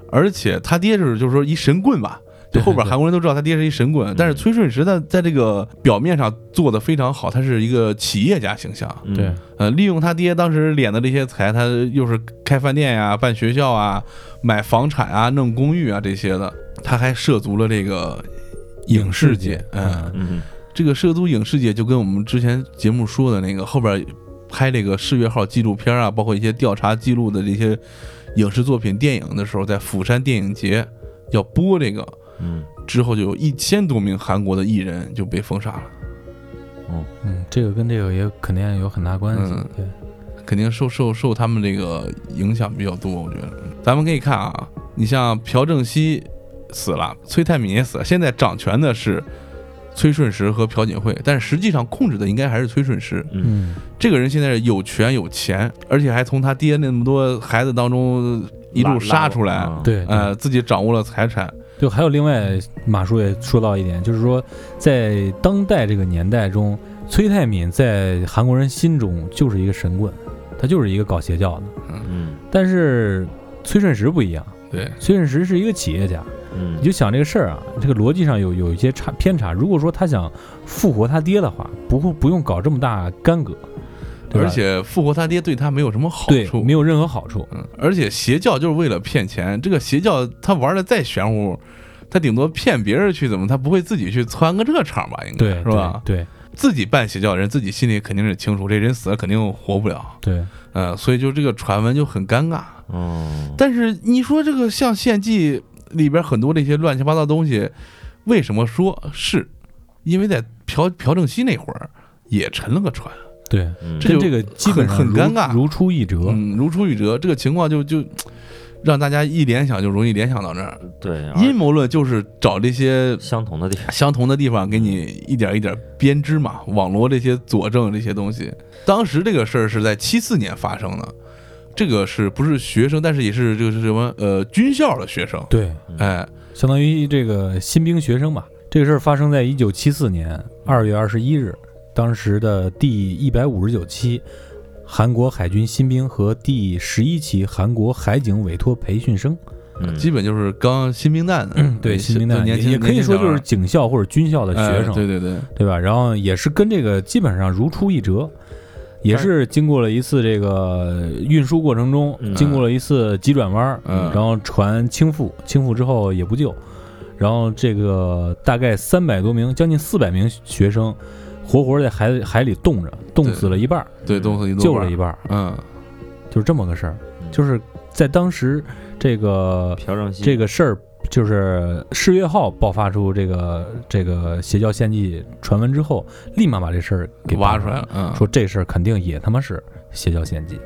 S2: 而且他爹是就是说一神棍吧，就
S3: 对
S2: 后边
S3: 对
S2: 韩国人都知道他爹是一神棍，但是崔顺实在在这个表面上做的非常好，他是一个企业家形象，
S4: 嗯
S3: 对，
S2: 呃，利用他爹当时敛的这些财，他又是开饭店呀、办学校啊、买房产啊、弄公寓啊这些的，他还涉足了这个影视界，嗯。
S4: 嗯
S2: 这个涉足影视界，就跟我们之前节目说的那个后边拍这个世越号纪录片啊，包括一些调查记录的这些影视作品、电影的时候，在釜山电影节要播这个
S4: 嗯
S2: 之后，就有一千多名韩国的艺人就被封杀了，
S3: 嗯，这个跟这个也肯定有很大关系
S2: 嗯，
S3: 对，
S2: 肯定受受受他们这个影响比较多。我觉得，咱们可以看啊，你像朴正熙死了，崔泰敏也死了，现在掌权的是崔顺实和朴槿惠，但是实际上控制的应该还是崔顺实。
S4: 嗯
S3: 嗯
S2: 这个人现在是有权有钱，而且还从他爹那么多孩子当中一路杀出来，
S4: 嗯，
S3: 对，对
S2: 呃，自己掌握了财产，
S3: 就还有另外，马叔也说到一点，就是说，在当代这个年代中，崔泰敏在韩国人心中就是一个神棍，他就是一个搞邪教的。
S4: 嗯
S3: 但是崔顺实不一样，
S2: 对，
S3: 崔顺实是一个企业家，
S4: 嗯
S3: 你就想这个事儿啊，这个逻辑上有有一些差偏差。如果说他想复活他爹的话，不会不用搞这么大干戈，对吧
S2: 而且复活他爹对他没有什么好
S3: 对
S2: 处，
S3: 没有任何好处。
S2: 嗯，而且邪教就是为了骗钱，这个邪教他玩的再玄乎，他顶多骗别人去怎么，他不会自己去窜个这场吧？应该
S3: 对，
S2: 是吧？
S3: 对
S2: 自己办邪教的人，自己心里肯定是清楚，这人死了肯定活不了，
S3: 对
S2: 呃，所以就这个传闻就很尴尬。
S4: 哦，
S2: 但是你说这个像献祭里边很多这些乱七八糟东西，为什么说是？因为在朴朴正熙那会儿也沉了个船，
S3: 对
S4: 嗯
S2: 这就
S3: 跟这个基本上
S2: 很很
S3: 如
S2: 尴尬
S3: 如出一辙。
S2: 嗯，如出一辙，这个情况就就让大家一联想就容易联想到这儿。
S4: 对，而
S2: 阴谋论就是找这些
S4: 相同的地方，
S2: 相同的地方给你一点一点编织嘛，网罗这些佐证这些东西。当时这个事儿是在七四年发生的，这个是不是学生？但是也是这个是什么？呃，军校的学生，
S3: 对，
S2: 哎，
S3: 相当于这个新兵学生吧。这个事儿发生在一九七四年二月二十一日，当时的第一百五十九期韩国海军新兵和第十一期韩国海警委托培训生，
S4: 嗯
S2: 基本就是刚新兵蛋的，
S3: 嗯
S2: 哎
S3: 对新兵
S2: 就
S3: 的，
S2: 嗯年
S3: 也
S2: 轻
S3: 也可以说就是警校或者军校的
S2: 年轻小孩儿
S3: 学生，啊嗯
S2: 哎对对对，
S3: 对吧？然后也是跟这个基本上如出一辙，也是经过了一次这个运输过程中，
S4: 嗯
S3: 经过了一次急转弯，
S2: 嗯
S3: 然后船倾覆，倾覆之后也不救，然后这个大概三百多名，将近四百名学生，活活在海海里冻着，冻死了一半儿，
S2: 对东西
S3: 救了一半儿，
S2: 嗯，
S3: 就是这么个事儿，
S4: 嗯
S3: 就是在当时这个
S4: 朴正熙
S3: 这个事儿。就是世越号爆发出这个这个邪教献祭传闻之后，立马把这事儿给
S2: 挖
S3: 爆
S2: 出来了，嗯，
S3: 说这事儿肯定也他妈是邪教献祭。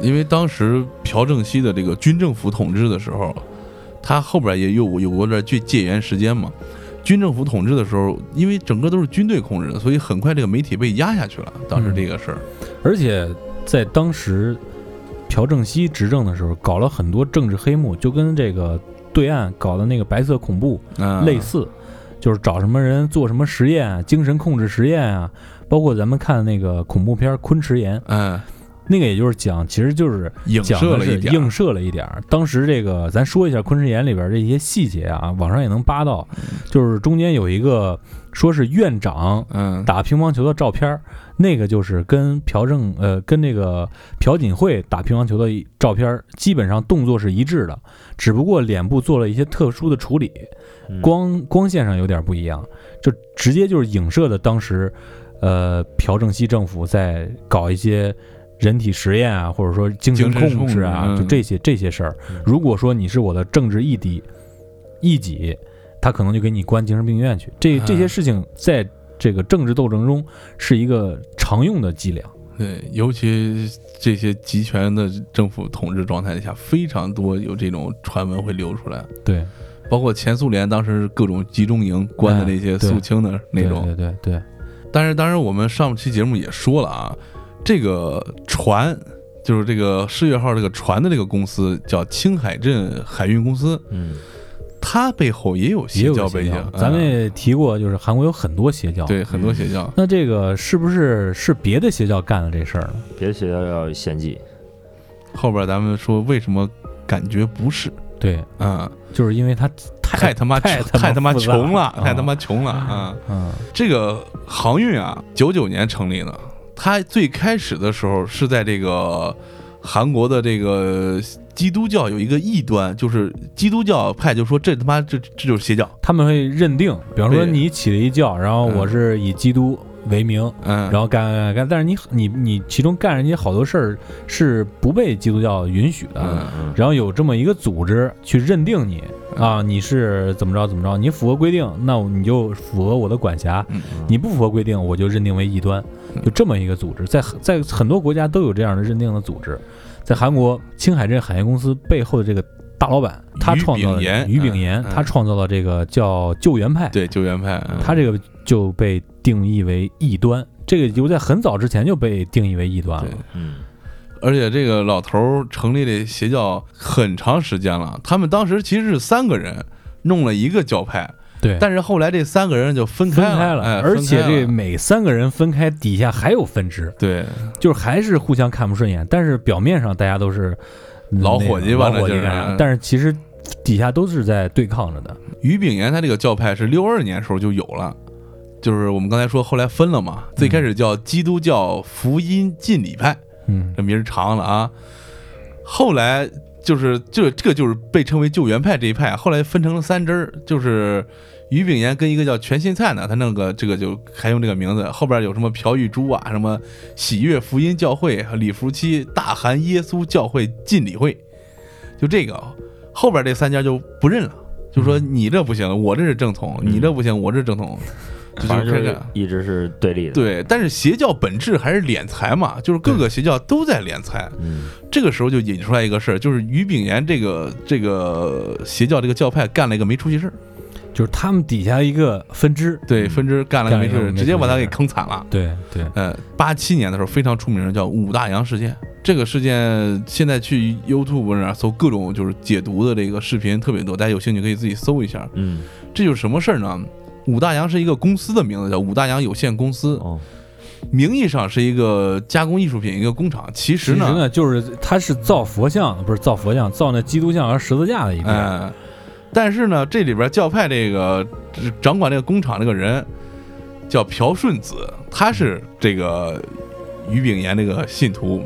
S2: 因为当时朴正熙的这个军政府统治的时候，他后边也有有过这戒戒严时间嘛。军政府统治的时候，因为整个都是军队控制的，所以很快这个媒体被压下去了。当
S3: 嗯
S2: 时这个事儿，
S3: 而且在当时朴正熙执政的时候，搞了很多政治黑幕，就跟这个对岸搞的那个白色恐怖
S2: 嗯，
S3: 类似，就是找什么人做什么实验啊，精神控制实验啊，包括咱们看那个恐怖片《昆池岩》，
S2: 嗯，
S3: 那个也就是讲，其实就是
S2: 影
S3: 讲
S2: 射
S3: 的
S2: 了
S3: 是
S2: 一点儿，
S3: 映射了一点儿。当时这个，咱说一下《昆池岩》里边儿这些细节啊，网上也能扒到，就是中间有一个说是院长
S2: 嗯，
S3: 打乒乓球的照片儿，那个就是跟朴正呃跟那个朴槿惠打乒乓球的一照片儿，基本上动作是一致的，只不过脸部做了一些特殊的处理，
S4: 嗯
S3: 光光线上有点不一样，就直接就是影射的当时，呃，朴正熙政府在搞一些人体实验啊，或者说精神
S2: 精神
S3: 控制啊，
S2: 控制嗯
S3: 就这些这些事儿
S4: 嗯。
S3: 如果说你是我的政治异敌异己，他可能就给你关精神病院去。这
S2: 嗯
S3: 这些事情在这个政治斗争中是一个常用的伎俩。
S2: 对，尤其这些集权的政府统治状态下，非常多有这种传闻会流出来，
S3: 对，
S2: 包括前苏联当时各种集中营关的那些
S3: 哎对
S2: 肃清的那种，
S3: 对对对对，
S2: 但是当然，我们上期节目也说了啊，这个船就是这个世越号这个船的这个公司叫青海镇海运公司，
S4: 嗯
S2: 它背后也有
S3: 也
S2: 邪
S3: 有
S2: 教
S3: 个
S2: 背
S3: 邪
S2: 景
S3: 教。，咱们
S2: 嗯
S3: 也嗯提过，就是韩国有很多邪教。
S2: 对很多邪教，
S3: 那这个是不是是别的邪教干的这事儿呢？
S4: 别的学校要献祭，
S2: 后边咱们说为什么感觉不是，
S3: 对，
S2: 嗯，
S3: 就是因为他
S2: 太他妈
S3: 太
S2: 太
S3: 他妈
S2: 他妈
S3: 复杂了
S2: 穷了，
S3: 嗯
S2: 太他妈穷了啊！
S3: 嗯
S2: 这个航运啊，九九年成立的，它最开始的时候是在这个韩国的这个基督教有一个异端，就是基督教派就说这他妈这这就是邪教，
S3: 他们会认定，比方说
S2: 对
S3: 你起了一教，然后我是以基督为名，
S2: 嗯，
S3: 然后干干干，但是你你你其中干人家好多事儿是不被基督教允许的。
S2: 嗯
S4: 嗯
S3: 然后有这么一个组织去认定你啊，你是怎么着怎么着，你符合规定，那我你就符合我的管辖；
S2: 嗯
S3: 你不符合规定，我就认定为异端。就这么一个组织，在很在很多国家都有这样的认定的组织。在韩国青海镇海运公司背后的这个大老板，他
S2: 于
S3: 创造
S2: 炳
S3: 了
S2: 炎
S3: 于炳炎
S2: 嗯，
S3: 他创造了这个叫救援派，
S2: 对救援派，嗯
S3: 他这个就被定义为异端。这个就在很早之前就被定义为异端了
S2: 对。
S4: 嗯
S2: 而且这个老头儿成立这邪教很长时间了，他们当时其实是三个人弄了一个教派，
S3: 对，
S2: 但是后来这三个人就分
S3: 分
S2: 开
S3: 开了，
S2: 哎
S3: 而且
S2: 分开
S3: 这嗯
S2: 了
S3: 每三个人分开底下还有分支，
S2: 对
S3: 就是还是互相看不顺眼，但是表面上大家都是嗯
S2: 老
S3: 那个
S2: 伙计吧
S3: 老伙计
S2: 那就是
S3: 干啥，但是嗯其实底下都是在对抗着的。
S2: 于炳炎他这个教派是六二年时候就有了，就是我们刚才说后来分了嘛，最开始叫基督教福音浸礼派，
S3: 嗯，
S2: 这名儿长了啊。后来就是这这个就是被称为救援派这一派，后来分成了三支儿，就是于炳炎跟一个叫全新灿的，他弄个这个就还用这个名字，后边有什么朴玉珠啊，什么喜悦福音教会、礼服七大韩耶稣教会浸礼会，就这个后边这三家就不认了，就说
S4: 嗯
S2: 你这不行，我这是正统，你这不行，我这是 正统，就
S4: 反正就
S2: 开始
S4: 是一直是对立的。，
S2: 对，但是邪教本质还是敛财嘛，就是各个邪教都在敛财。
S4: 嗯
S2: 这个时候就引出来一个事儿，就是于炳炎这个这个邪教这个教派干了一个没出息事儿，
S3: 就是他们底下一个分支，
S2: 对，分支嗯干了个没出息事儿，直接把他给坑惨了。
S3: 对对，
S2: 呃，八七年的时候非常出名的叫五大洋事件，这个事件现在去 YouTube 那儿搜各种就是解读的这个视频特别多，大家有兴趣可以自己搜一下。
S4: 嗯
S2: 这就是什么事儿呢？五大洋是一个公司的名字，叫五大洋有限公司，
S4: 哦，
S2: 名义上是一个加工艺术品一个工厂，其
S3: 其
S2: 实
S3: 实
S2: 呢，
S3: 呢，就是他是造佛像，不是造佛像，造那基督像和十字架的一个，
S2: 嗯，但是呢，这里边教派这个掌管这个工厂这个人叫朴顺子，他是这个于炳炎这个信徒，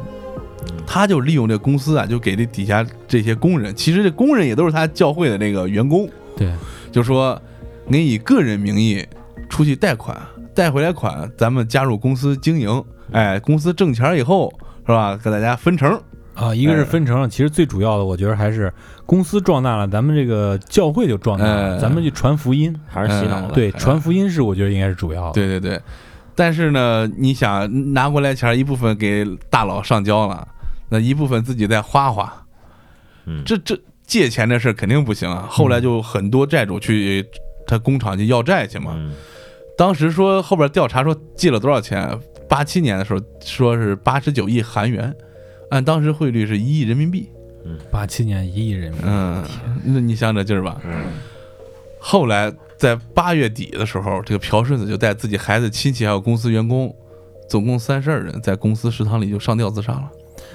S2: 他就利用这公司啊，就给这底下这些工人，其实这工人也都是他教会的那个员工，
S3: 对，
S2: 就说您以个人名义出去贷款，贷回来款咱们加入公司经营，哎，公司挣钱以后是吧，给大家分成。
S3: 啊，一个是分成，其实最主要的，我觉得还是公司壮大了，咱们这个教会就壮大了，
S2: 哎
S3: 咱们去传福音，
S4: 还是洗脑
S2: 嗯
S4: 吧。
S3: 对，传福音是我觉得应该是主要的，
S2: 对对对，但是呢，你想拿过来钱儿一部分给大佬上交了，那一部分自己再花花，
S4: 嗯，
S2: 这这借钱这事儿肯定不行啊。后来就很多债主去他工厂去要债去嘛。
S4: 嗯
S2: 当时说后边调查说借了多少钱，八七年的时候说是八十九亿韩元，按当时汇率是一亿人民币。
S3: 八七年一亿人民币，
S2: 嗯，那你想想这劲儿吧。后来在八月底的时候，这个朴顺子就带自己孩子、亲戚还有公司员工，总共三十二人，在公司食堂里就上吊自杀了。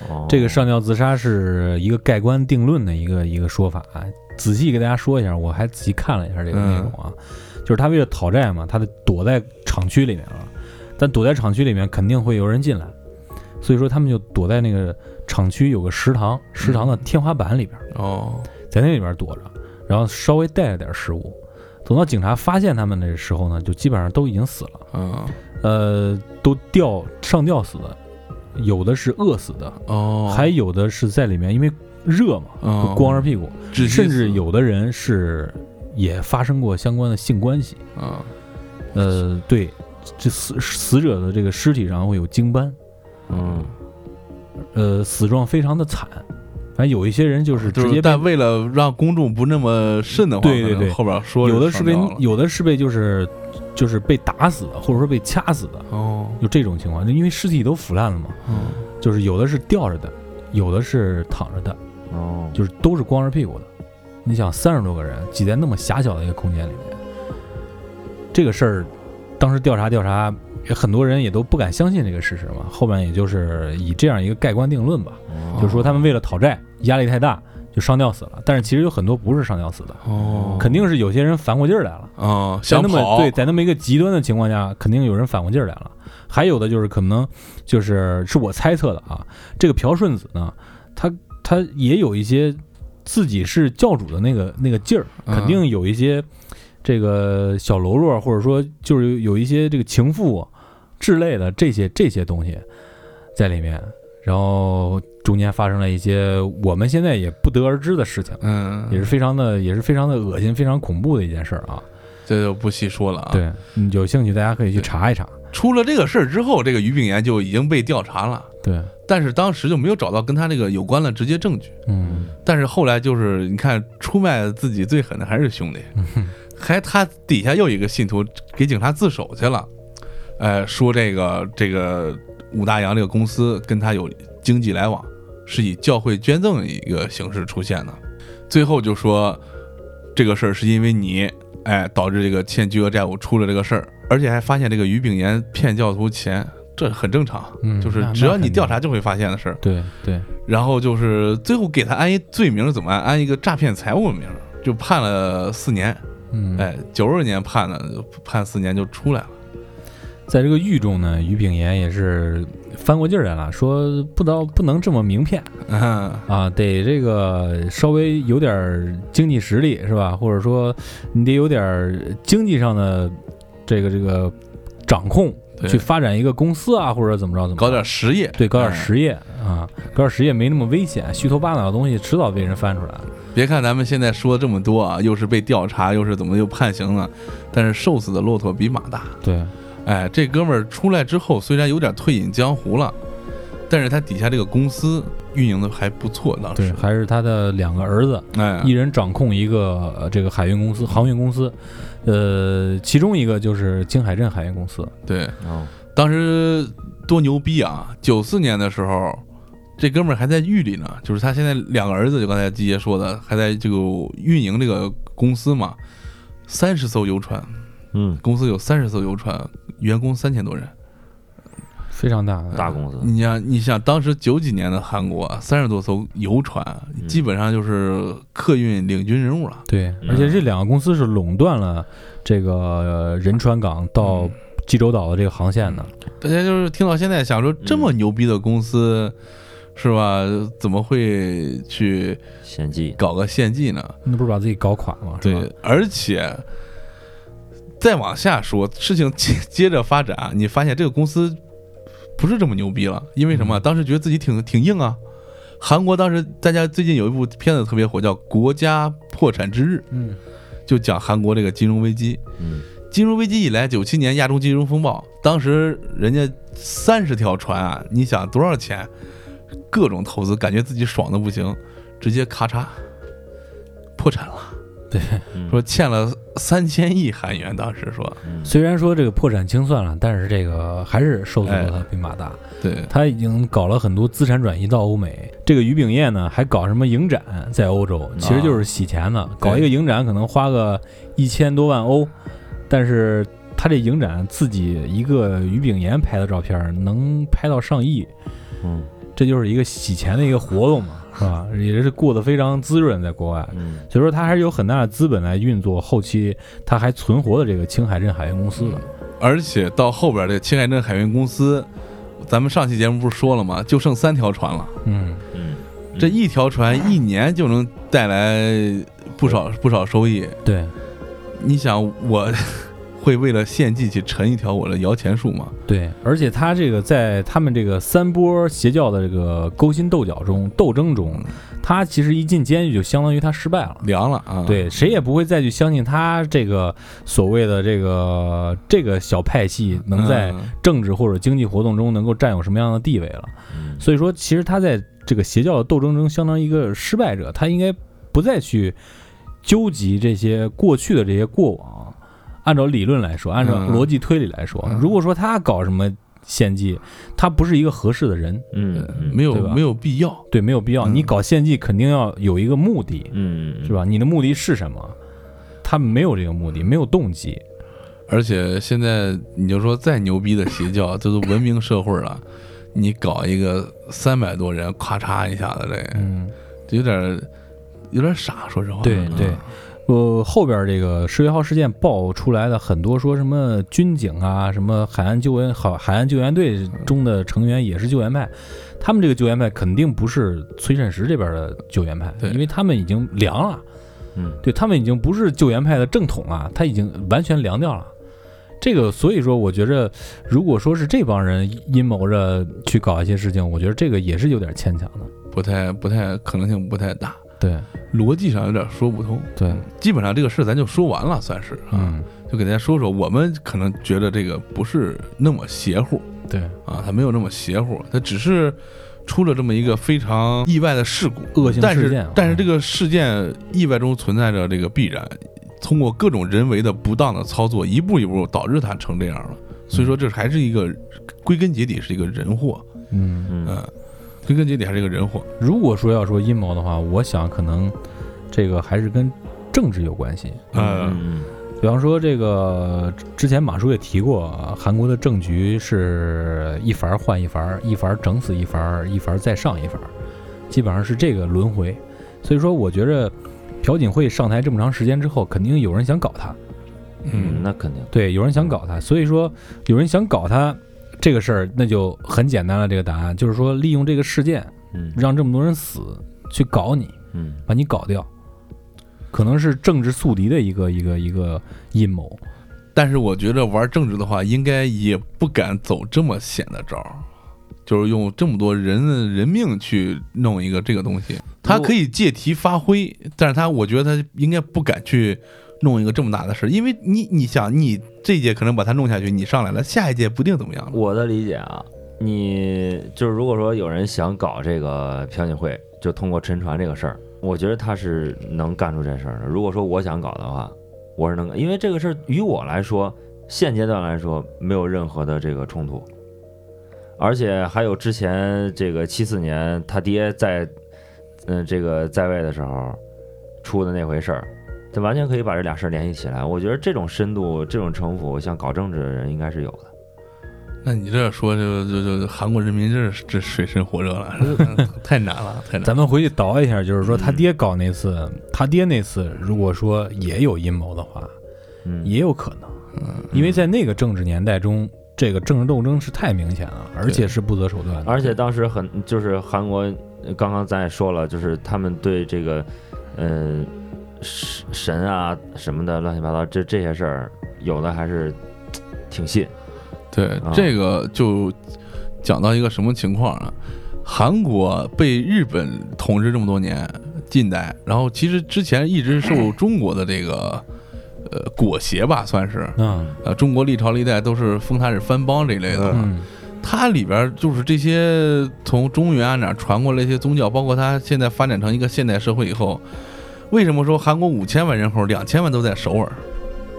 S4: 哦
S3: 这个上吊自杀是一个盖棺定论的一个一个说法、啊，仔细给大家说一下，我还仔细看了一下这个内容啊，就是他为了讨债嘛，他得躲在厂区里面啊，但躲在厂区里面肯定会有人进来，所以说他们就躲在那个厂区有个食堂，食堂的天花板里边，
S2: 哦，
S3: 在那里边躲着，然后稍微带了点食物，等到警察发现他们的时候呢，就基本上都已经死了。
S2: 嗯，
S3: 呃，都吊上吊死的，有的是饿死的，
S2: 哦，
S3: 还有的是在里面因为热嘛，
S2: 嗯
S3: 光着屁股，
S2: 窒息
S3: 甚至
S2: 死
S3: 有的人是也发生过相关的性关系。
S2: 嗯
S3: 呃，对，这死死者的这个尸体上会有精斑，
S4: 嗯
S3: 呃，死状非常的惨。反正有一些人就是
S2: 哦就是
S3: 直接被，
S2: 但为了让公众不那么瘆得慌，
S3: 对对
S2: 可能
S3: 对
S2: 后边说
S3: 有的是
S2: 上
S3: 被
S2: 吊了
S3: 有的是被就是就是被打死的，或者说被掐死的，
S2: 哦，
S3: 有这种情况，就因为尸体都腐烂了嘛，
S2: 嗯
S3: 就是有的是吊着的，有的是躺着的。
S4: 哦，
S3: 就是都是光着屁股的。你想三十多个人挤在那么狭小的一个空间里面，这个事儿当时调查调查，也很多人也都不敢相信这个事实嘛。后面也就是以这样一个盖棺定论吧，
S4: 哦
S3: 就是说他们为了讨债，压力太大就上吊死了。但是其实有很多不是上吊死的，
S2: 哦，
S3: 肯定是有些人反过劲儿来了。
S2: 哦，
S3: 在
S2: 想
S3: 那么
S2: 跑
S3: 对，在那么一个极端的情况下，肯定有人反过劲儿来了。还有的就是可能就是是我猜测的啊，这个朴顺子呢，他他也有一些自己是教主的那个那个劲儿，
S2: 嗯
S3: 肯定有一些这个小喽啰，啊或者说就是有一些这个情妇啊之类的这些这些东西在里面，然后中间发生了一些我们现在也不得而知的事情。
S2: 嗯，
S3: 也是非常的，也是非常的恶心、非常恐怖的一件事儿啊！
S2: 这就不细说了啊。，
S3: 对，嗯有兴趣大家可以去
S2: 对
S3: 查一查。
S2: 出了这个事儿之后，这个于炳炎就已经被调查了，
S3: 对，
S2: 但是当时就没有找到跟他这个有关的直接证据。
S3: 嗯，
S2: 但是后来就是你看，出卖自己最狠的还是兄弟，还他底下又一个信徒给警察自首去了，呃，说这个这个武大洋这个公司跟他有经济来往，是以教会捐赠一个形式出现的。最后就说这个事儿是因为你，哎，导致这个欠巨额债务出了这个事儿，而且还发现这个于炳炎骗教徒钱，这很正常，
S3: 嗯
S2: 就是
S3: 那
S2: 只要
S3: 那
S2: 你
S3: 肯
S2: 调
S3: 定
S2: 查就会发现的事儿。
S3: 对对，
S2: 然后就是最后给他安一罪名是怎么安？安一个诈骗财物名，就判了四年。
S3: 嗯，
S2: 哎，九十年判的，判四年就出来了。
S3: 在这个狱中呢，于炳炎也是翻过劲儿来了，说不能不能这么明骗
S2: 嗯，
S3: 啊，得这个稍微有点儿经济实力是吧？或者说你得有点儿经济上的这个这个掌控，
S2: 对
S3: 去发展一个公司啊，或者怎么着怎么着
S2: 搞点实业，
S3: 对，搞点
S2: 哎
S3: 实业啊，搞点实业没那么危险，虚头巴脑的东西迟早被人翻出来。
S2: 别看咱们现在说这么多啊，又是被调查，又是怎么又判刑了，但是瘦死的骆驼比马大。
S3: 对，
S2: 哎，这哥们儿出来之后，虽然有点退隐江湖了，但是他底下这个公司运营的还不错，当
S3: 对，
S2: 时。
S3: 还是他的两个儿子，
S2: 哎
S3: 一，人掌控一个呃这个海运公司、航运公司，呃，其中一个就是青海镇海运公司。
S2: 对，
S4: 哦
S2: 当时多牛逼啊！九四年的时候，这哥们儿还在狱里呢，就是他现在两个儿子，就刚才季爷说的，还在这个运营这个公司嘛。三十艘游船，
S4: 嗯，
S2: 公司有三十艘游船，员工三千多人。
S3: 非常大的
S4: 大公司
S2: 你想，你想，当时九几年的韩国，啊三十多艘游船，
S4: 嗯
S2: 基本上就是客运领军人物了。
S3: 对，
S4: 嗯
S3: 而且这两个公司是垄断了这个呃仁川港到
S2: 嗯
S3: 济州岛的这个航线的。
S2: 大家就是听到现在想说，这么牛逼的公司，是吧？怎么会去
S4: 献祭，
S2: 搞个献祭呢？
S3: 那不是把自己搞垮吗？是吧
S2: 对，而且再往下说，事情接接着发展，你发现这个公司不是这么牛逼了，因为什么？
S3: 嗯
S2: 当时觉得自己挺挺硬啊。韩国当时大家最近有一部片子特别火，叫《国家破产之日
S3: 嗯，》，
S2: 就讲韩国这个金融危机。
S4: 嗯
S2: 金融危机以来，九七年亚洲金融风暴，当时人家三十条船啊，你想多少钱？各种投资，感觉自己爽的不行，直接咔嚓破产了。
S4: 嗯
S2: 说欠了三千亿韩元，当时说，
S4: 嗯
S3: 虽然说这个破产清算了，但是这个还是瘦死
S2: 哎
S3: 骆驼比马大。
S2: 对，
S3: 他已经搞了很多资产转移到欧美。这个于炳业呢，还搞什么影展在欧洲，其实就是洗钱呢。搞一个影展可能花个一千多万欧，但是他这影展自己一个于炳炎拍的照片儿能拍到上亿，
S4: 嗯
S3: 这就是一个洗钱的一个活动嘛，是吧？也是过得非常滋润，在国外，
S2: 呃
S4: 嗯
S3: 所以说它还是有很大的资本来运作后期它还存活的这个青海镇海运公司的。
S2: 而且到后边这青海镇海运公司，咱们上期节目不是说了吗？就剩三条船了，
S3: 嗯，
S4: 嗯，
S2: 这一条船一年就能带来不少不少收益。
S3: 对
S2: 你想，我 会为了献祭去沉一条我的摇钱树吗？
S3: 对，而且它这个在他们这个三波邪教的这个勾心斗角中斗争中，它其实一进监狱就相当于它失败了。
S2: 凉了啊！，
S3: 对，谁也不会再去相信他这个所谓的这个这个小派系能在
S2: 嗯
S3: 政治或者经济活动中能够占有什么样的地位了。
S4: 嗯
S3: 所以说，其实他在这个邪教的斗争中，相当于一个失败者，他应该不再去纠集这些过去的这些过往。按照理论来说，按照
S2: 嗯
S3: 逻辑推理来说
S2: 嗯，
S3: 如果说他搞什么献祭，他不是一个合适的人，
S4: 嗯嗯
S2: 没有
S3: 对吧
S2: 没有必要。
S3: 对，没有必要。
S2: 嗯
S3: 你搞献祭肯定要有一个目的，
S4: 嗯
S3: 是？吧？你的目的是什么？他没有这个目的，没有动机。
S2: 而且现在你就说再牛逼的邪教，这都文明社会了，你搞一个三百多人，咔嚓一下子这，
S3: 嗯，
S2: 这有点有点傻，说实话。
S3: 对
S2: 嗯
S3: 对，呃，后边这个“世越号”事件爆出来的很多说什么军警啊，什么海岸救援好海岸救援队中的成员也是救援派，他们这个救援派肯定不是崔善石这边的救援派，
S2: 对
S3: 因为他们已经凉了，
S4: 嗯
S3: 对他们已经不是救援派的正统啊，他已经完全凉掉了。这个，所以说，我觉着，如果说是这帮人阴谋着去搞一些事情，我觉得这个也是有点牵强的。
S2: 不太不太可能性不太大，
S3: 对
S2: 逻辑上有点说不通。
S3: 对，
S2: 基本上这个事儿咱就说完了，算是啊，
S3: 嗯，
S2: 就给大家说说，我们可能觉得这个不是那么邪乎
S3: 对，
S2: 啊，它没有那么邪乎，它只是出了这么一个非常意外的事故，
S3: 恶性
S2: 但
S3: 事
S2: 是
S3: 件啊
S2: 但是这个事件意外中存在着这个必然，通过各种人为的不当的操作，一步一步导致它成这样了。所以说，这还是一个归根结底是一个人祸，
S3: 嗯。
S4: 嗯
S2: 嗯，归根结底还是一个人祸。
S3: 如果说要说阴谋的话，我想可能这个还是跟政治有关系。
S2: 呃，
S4: 嗯
S3: 比方说，这个之前马叔也提过，韩国的政局是一伐换一伐，一伐整死一伐，一伐再上一伐，基本上是这个轮回。所以说，我觉着朴槿惠上台这么长时间之后，肯定有人想搞他，
S4: 嗯，
S2: 嗯，
S4: 那肯定，
S3: 对，有人想搞他。所以说，有人想搞他这个事儿，那就很简单了。这个答案就是说，利用这个事件
S4: 嗯
S3: 让这么多人死，去搞你。
S4: 嗯
S3: 把你搞掉，可能是政治宿敌的一个一个一个阴谋。
S2: 但是我觉得玩政治的话，应该也不敢走这么险的招儿。就是用这么多人的人命去弄一个这个东西，他可以借题发挥，但是他我觉得他应该不敢去弄一个这么大的事儿，因为你你想，你这一届可能把他弄下去，你上来了，下一届不定怎么样了。
S4: 我的理解啊，你就是如果说有人想搞这个朴槿惠，就通过沉船这个事儿，我觉得他是能干出这事儿的。如果说我想搞的话，我是能干，因为这个事儿于我来说，现阶段来说没有任何的这个冲突，而且还有之前这个七四年他爹在，嗯、这个在位的时候出的那回事儿。这完全可以把这俩事儿联系起来，我觉得这种深度、这种城府，想搞政治的人应该是有的。
S2: 那你这说就就就韩国人民这这水深火热了，太难了，太难了。
S3: 咱们回去倒一下，就是说他
S4: 嗯
S3: 爹搞那次，他爹那次如果说也有阴谋的话，
S4: 嗯，
S3: 也有可能，因为在那个政治年代中，这个政治斗争是太明显了，而且是不择手段的。
S4: 而且当时很就是韩国，呃刚刚咱也说了，就是他们对这个，嗯、神神啊什么的乱七八糟这这些事儿，有的还是嘖挺信。
S2: 对
S4: 啊，
S2: 这个就讲到一个什么情况啊？韩国被日本统治这么多年，近代，然后其实之前一直受中国的这个呃裹挟吧，算是
S3: 嗯
S2: 呃中国历朝历代都是封他是藩邦这一类的。
S3: 嗯
S2: 它里边就是这些从中原啊哪儿传过来一些宗教，包括它现在发展成一个现代社会以后，为什么说韩国五千万人口，两千万都在首尔？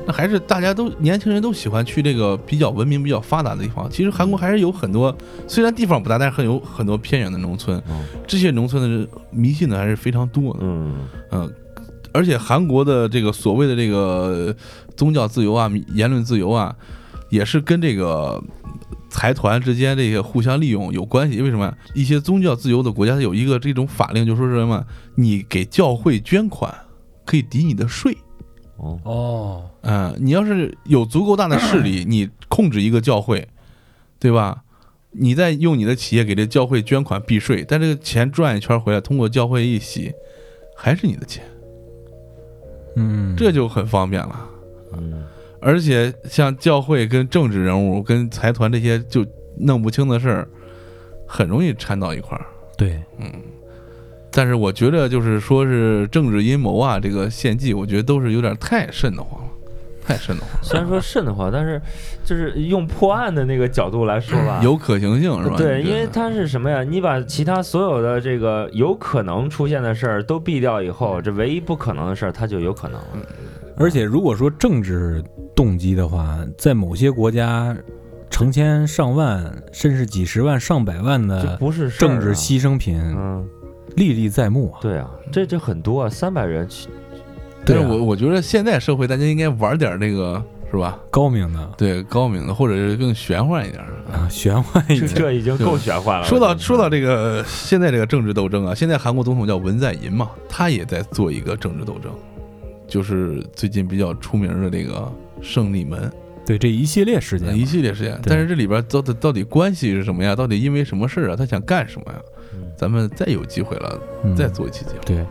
S2: 那还是大家都年轻人都喜欢去这个比较文明、比较发达的地方。其实韩国还是有很多，虽然地方不大，但是很有很多偏远的农村。这些农村的人迷信的还是非常多的。
S4: 嗯
S2: 嗯，而且韩国的这个所谓的这个宗教自由啊、言论自由啊，也是跟这个。财团之间这个互相利用有关系。为什么呀？一些宗教自由的国家它有一个这种法令，就说是什么，你给教会捐款可以抵你的税。
S4: 哦，
S3: 哦，
S2: 嗯，你要是有足够大的势力，你控制一个教会，对吧？你再用你的企业给这教会捐款避税，但这个钱转一圈回来，通过教会一洗，还是你的钱，
S3: 嗯，
S2: 这就很方便了。
S4: 嗯，
S2: 而且像教会跟政治人物、跟财团这些就弄不清的事儿，很容易掺到一块儿。
S3: 对，
S2: 但是我觉得，就是说是政治阴谋啊，这个献祭，我觉得都是有点太瘆得慌了，太瘆得慌了，
S4: 虽然说瘆得慌，但是就是用破案的那个角度来说吧，
S2: 有可行性是吧？
S4: 啊对，
S2: 你
S4: 因
S2: 觉得
S4: 为它是什么呀？你把其他所有的这个有可能出现的事儿都避掉以后，这唯一不可能的事儿，它就有可能了。
S3: 而且如果说政治动机的话，在某些国家，成千上万甚至几十万、上百万
S4: 这
S3: 的
S4: 不是事儿啊
S3: 呃政治牺牲品
S4: 嗯，
S3: 历历在目啊。
S4: 对啊，这
S2: 嗯
S4: 这很多啊，三百人去，
S2: 但是
S3: 对啊
S2: 我我觉得现在社会大家应该玩点这个是吧？
S3: 高明的
S2: 对，高明的，或者是更玄幻一点儿。
S3: 啊，玄幻
S2: 哎
S3: 一
S4: 这
S3: 点，
S4: 这已经够玄
S3: 啊
S4: 幻了。
S2: 说
S4: 我
S3: 嗯
S2: 到
S4: 觉得
S2: 说到这个现在这个政治斗争啊，现在韩国总统叫文在寅嘛，他也在做一个政治斗争，就是最近比较出名的这个胜利门
S3: 对这一系列事啊件
S2: 呃一系列事件。
S3: 对
S2: 但是这里边到底到底关系是什么呀？到底因为什么事儿啊？他想干什么呀？
S4: 嗯
S2: 咱们再有机会了，
S3: 嗯
S2: 再做一期节目。
S3: 对，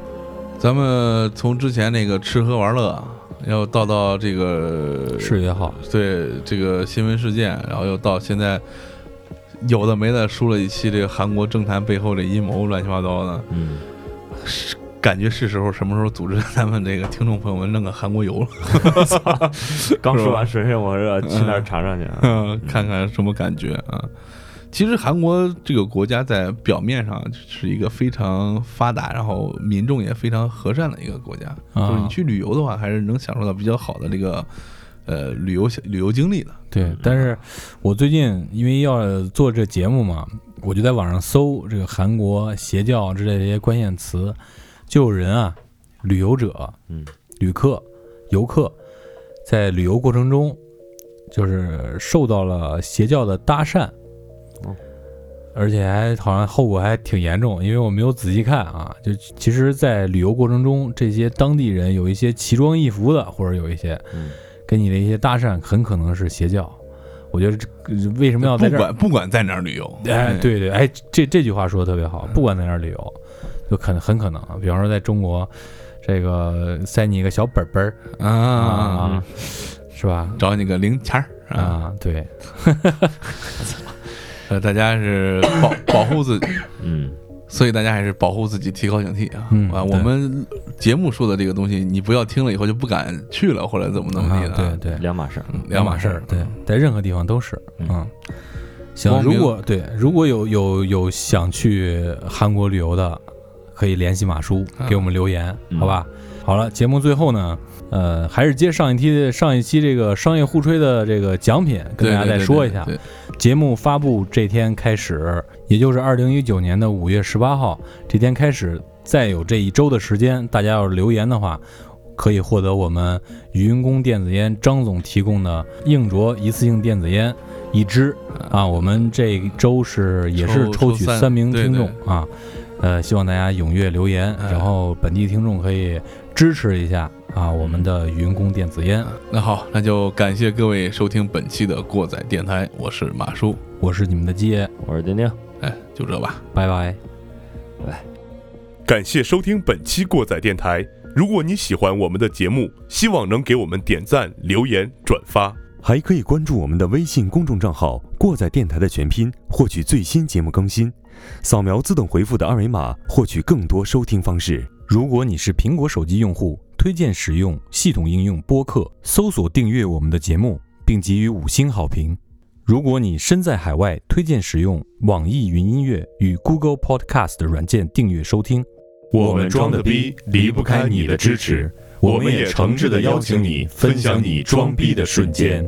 S2: 咱们从之前那个吃喝玩乐啊，要到到这个
S3: 视觉号，
S2: 对这个新闻事件，然后又到现在有的没的说了一期这个韩国政坛背后的阴谋乱七八糟的，
S4: 嗯，
S2: 是感觉是时候什么时候组织咱们这个听众朋友们弄个韩国游了，
S4: 刚说完水深火热，去那
S2: 嗯
S4: 儿尝尝去啊。
S2: 看看什么感觉啊。其实韩国这个国家在表面上是一个非常发达，然后民众也非常和善的一个国家，
S3: 啊
S2: 就是你去旅游的话，还是能享受到比较好的这个呃旅游旅游经历的。
S3: 对，但是我最近因为要做这节目嘛，我就在网上搜这个韩国邪教之类的这些关键词，就有人
S2: 嗯
S3: 啊，旅游者、
S4: 嗯
S3: 旅客、游客，在旅游过程中，就是受到了邪教的搭讪
S4: 哦，
S3: 而且还好像后果还挺严重，因为我没有仔细看啊。就其实，在旅游过程中，这些当地人有一些奇装异服的，或者有一些
S4: 嗯，
S3: 跟你的一些搭讪，很可能是邪教。我觉得这为什么要在
S2: 不
S3: 这儿？
S2: 管不管在哪儿旅游，
S3: 哎，对对，哎，这这句话说的特别好，不管在哪儿旅游，就很很可能啊，比方说在中国，这个塞你一个小本本儿
S2: 啊，
S3: 啊，是吧？
S2: 找你个零钱儿啊！
S3: 啊，对，
S2: 呃，
S3: 啊
S2: 大家是保 保护自己，
S4: 嗯，
S2: 所以大家还是保护自己，提高警惕啊！
S3: 嗯
S2: 啊，
S3: 对
S2: 我们节目说的这个东西，你不要听了以后就不敢去了，或者怎么怎么地
S3: 啊
S2: 的，
S3: 对，对，
S4: 两码事儿。
S2: 嗯
S3: 两
S2: 码
S3: 事
S2: 儿。
S3: 对，在任何地方都是，
S4: 嗯
S3: 嗯。行，
S2: 光明
S3: 如果对如果有有有想去韩国旅游的，可以联系马叔
S2: 啊
S3: 给我们留言，
S4: 嗯
S3: 好吧？好了，节目最后呢，呃，还是接上一期上一期这个商业互吹的这个奖品，跟
S2: 对
S3: 大家再
S2: 对对
S3: 说
S2: 对
S3: 一下。
S2: 对，
S3: 节目发布这天开始，也就是二零一九年的五月十八号这天开始，再有这一周的时间，大家要是留言的话，可以获得我们云工电子烟张总提供的硬卓一次性电子烟一支啊。我们这一周是也是
S2: 抽
S3: 抽取
S2: 抽三
S3: 三名听众
S2: 对
S3: 啊，呃，希望大家踊跃留言，
S2: 哎
S3: 然后本地听众可以支持一下啊我们的云工电子烟。
S2: 那好，那就感谢各位收听本期的过载电台，我是马叔，
S3: 我是你们的基爷，
S4: 我是丁丁。
S2: 哎，就这吧。
S3: 拜拜。
S5: 感谢收听本期过载电台。如果你喜欢我们的节目，希望能给我们点赞、留言、转发。
S6: 还可以关注我们的微信公众账号“过载电台”的全拼，获取最新节目更新。扫描自动回复的二维码，获取更多收听方式。
S3: 如果你是苹果手机用户，推荐使用系统应用播客，搜索订阅我们的节目，并给予五星好评。如果你身在海外，推荐使用网易云音乐与 Google Podcast 的软件订阅收听。
S5: 我们装的逼离不开你的支持，我们也诚挚的邀请你分享你装逼的瞬间。